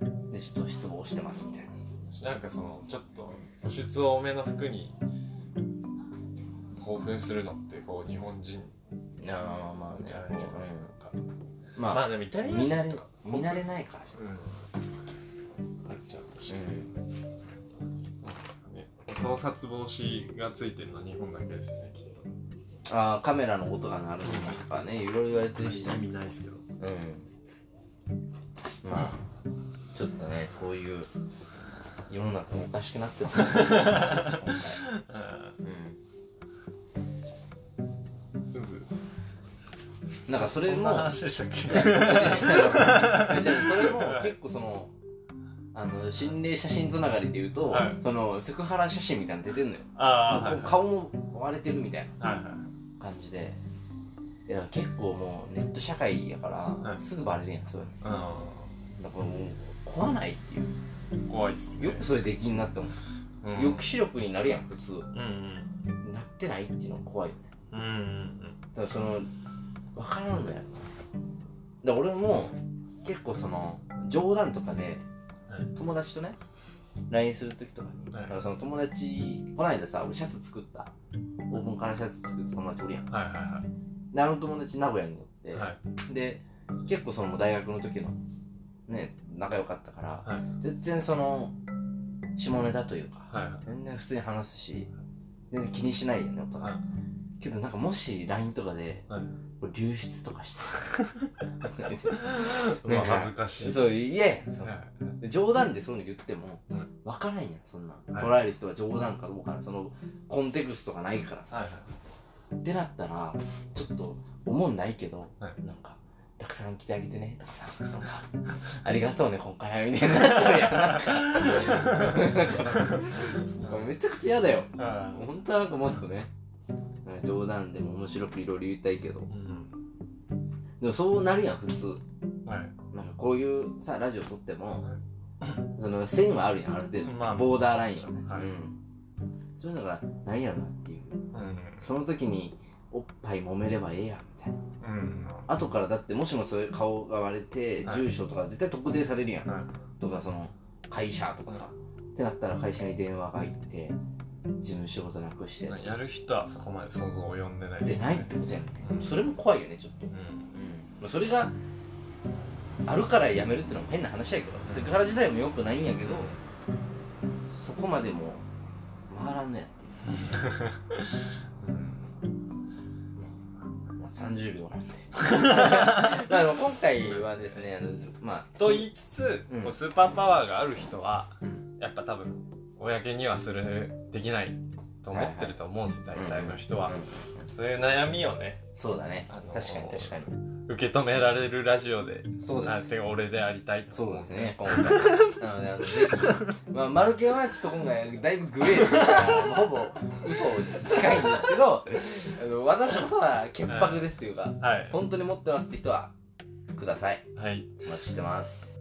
S2: みたいなでちょっと失望してますみたいな
S1: なんかそのちょっと露出多めの服に興奮するのってこう日本人
S2: ああまあね
S1: じゃないですかね、なんか
S2: うんまあ、
S1: まあでもイタリア
S2: 見
S1: 人
S2: 慣れ
S1: とか
S2: 見慣れないから
S1: うんなっちゃうし、
S2: うん
S1: なんですかね盗撮防止がついてるのは日本だけですよねきっ
S2: ああカメラの音が鳴るとかねいろいろ言われて
S1: と
S2: るしね
S1: 意味ないですけど
S2: うんまあちょっとねそういう世の中もおかしくなってる うん
S1: うぶ
S2: なんかそれ
S1: そん
S2: も
S1: な話でしたっけ
S2: いやいやいやそれも結構そのあの心霊写真つながりでいうと、
S1: はい
S2: そのセクハラ写真みたいなの出てんのよ、
S1: ああはい
S2: 顔も割れてるみたい
S1: はいはい
S2: な感じでいや結構もうネット社会やから、
S1: い
S2: すぐバレるやんそういう
S1: あ
S2: のだからもう怖ないっていう
S1: ー怖いですね
S2: よくそれできんなって思う、
S1: うん
S2: 抑止力になるやん普通
S1: うん
S2: なってないっていうのが怖いよね
S1: うんうんうん
S2: だからその分からんのやだから俺も結構その冗談とかで
S1: はい
S2: 友達とね LINE する時とかに、
S1: はい
S2: だからその友達こないださ俺シャツ作ったオープンカラーシャツ作った友達おるやん
S1: はいは
S2: であの友達名古屋におっ
S1: い
S2: て、
S1: はいはい
S2: で結構そのもう大学の時のね仲良かったから、
S1: はい
S2: 全然その下ネタというか、
S1: はいはい
S2: 全然普通に話すし全然気にしないよねお互い、
S1: はい
S2: けどなんかもし LINE とかで、
S1: はい
S2: これ流出とかして
S1: うわ恥ずかしい
S2: そういえそう
S1: はい
S2: で冗談でそういうの言っても、
S1: う
S2: わ
S1: ん
S2: 分からんやんそんな、
S1: はい
S2: 捉える人は冗談かどうかなそのコンテクストがないからさ、
S1: はいはい
S2: ってなったらちょっと思んないけど、
S1: は
S2: なんかたくさん来てあげてねとかさなんかありがとうね今回はみたいになっちゃうやんなんか めちゃくちゃ嫌だよ
S1: あ
S2: 本当はなんかもっとねなんか冗談でも面白くいろいろ言いたいけど
S1: ーうん
S2: でもそうなるやん普通
S1: はい
S2: なんかこういうさラジオ撮っても
S1: は
S2: その線はあるやんある程度、
S1: まあ
S2: ボーダーラインはね、
S1: はい
S2: うん、そういうのがないやろなっていう
S1: うん
S2: その時におっぱい揉めればええやんみたいな
S1: うん
S2: 後からだってもしもそういう顔が割れて
S1: はい
S2: 住所とか絶対特定されるやん、
S1: はい
S2: とかその会社とかさ、ってなったら会社に電話が入って自分仕事なくして、
S1: まあやる人はそこまで想像を呼んでない
S2: でないってことやん、それも怖いよねちょっと、
S1: うん
S2: まあ、それがあるからやめるってのも変な話やけど、セクハラ自体もよくないんやけどそこまでも回らんのやって
S1: うん
S2: いう、まあ、30秒 なんでまあでも今回はですねあのまあ
S1: と言いつつ、
S2: うん
S1: もうスーパーパワーがある人は
S2: うん
S1: やっぱ多分公にはするできないと思ってると思うんですよ、
S2: はい
S1: 大体の人は、
S2: うん
S1: そういう悩みをね
S2: そうだね、
S1: あのー
S2: 確かに確かに
S1: 受け止められるラジオで
S2: そうで
S1: あ
S2: す
S1: てか俺でありたいと
S2: そ
S1: 思
S2: うんですね、今回。なので、あの、ぜひ、まあ、マルケンはちょっと今回、だいぶグレーですから、まあほぼ、嘘に近いんですけど、あの、私こそは潔白ですというか、
S1: はい
S2: 本当に持ってますって人は、ください。
S1: はい
S2: お待ちしてます。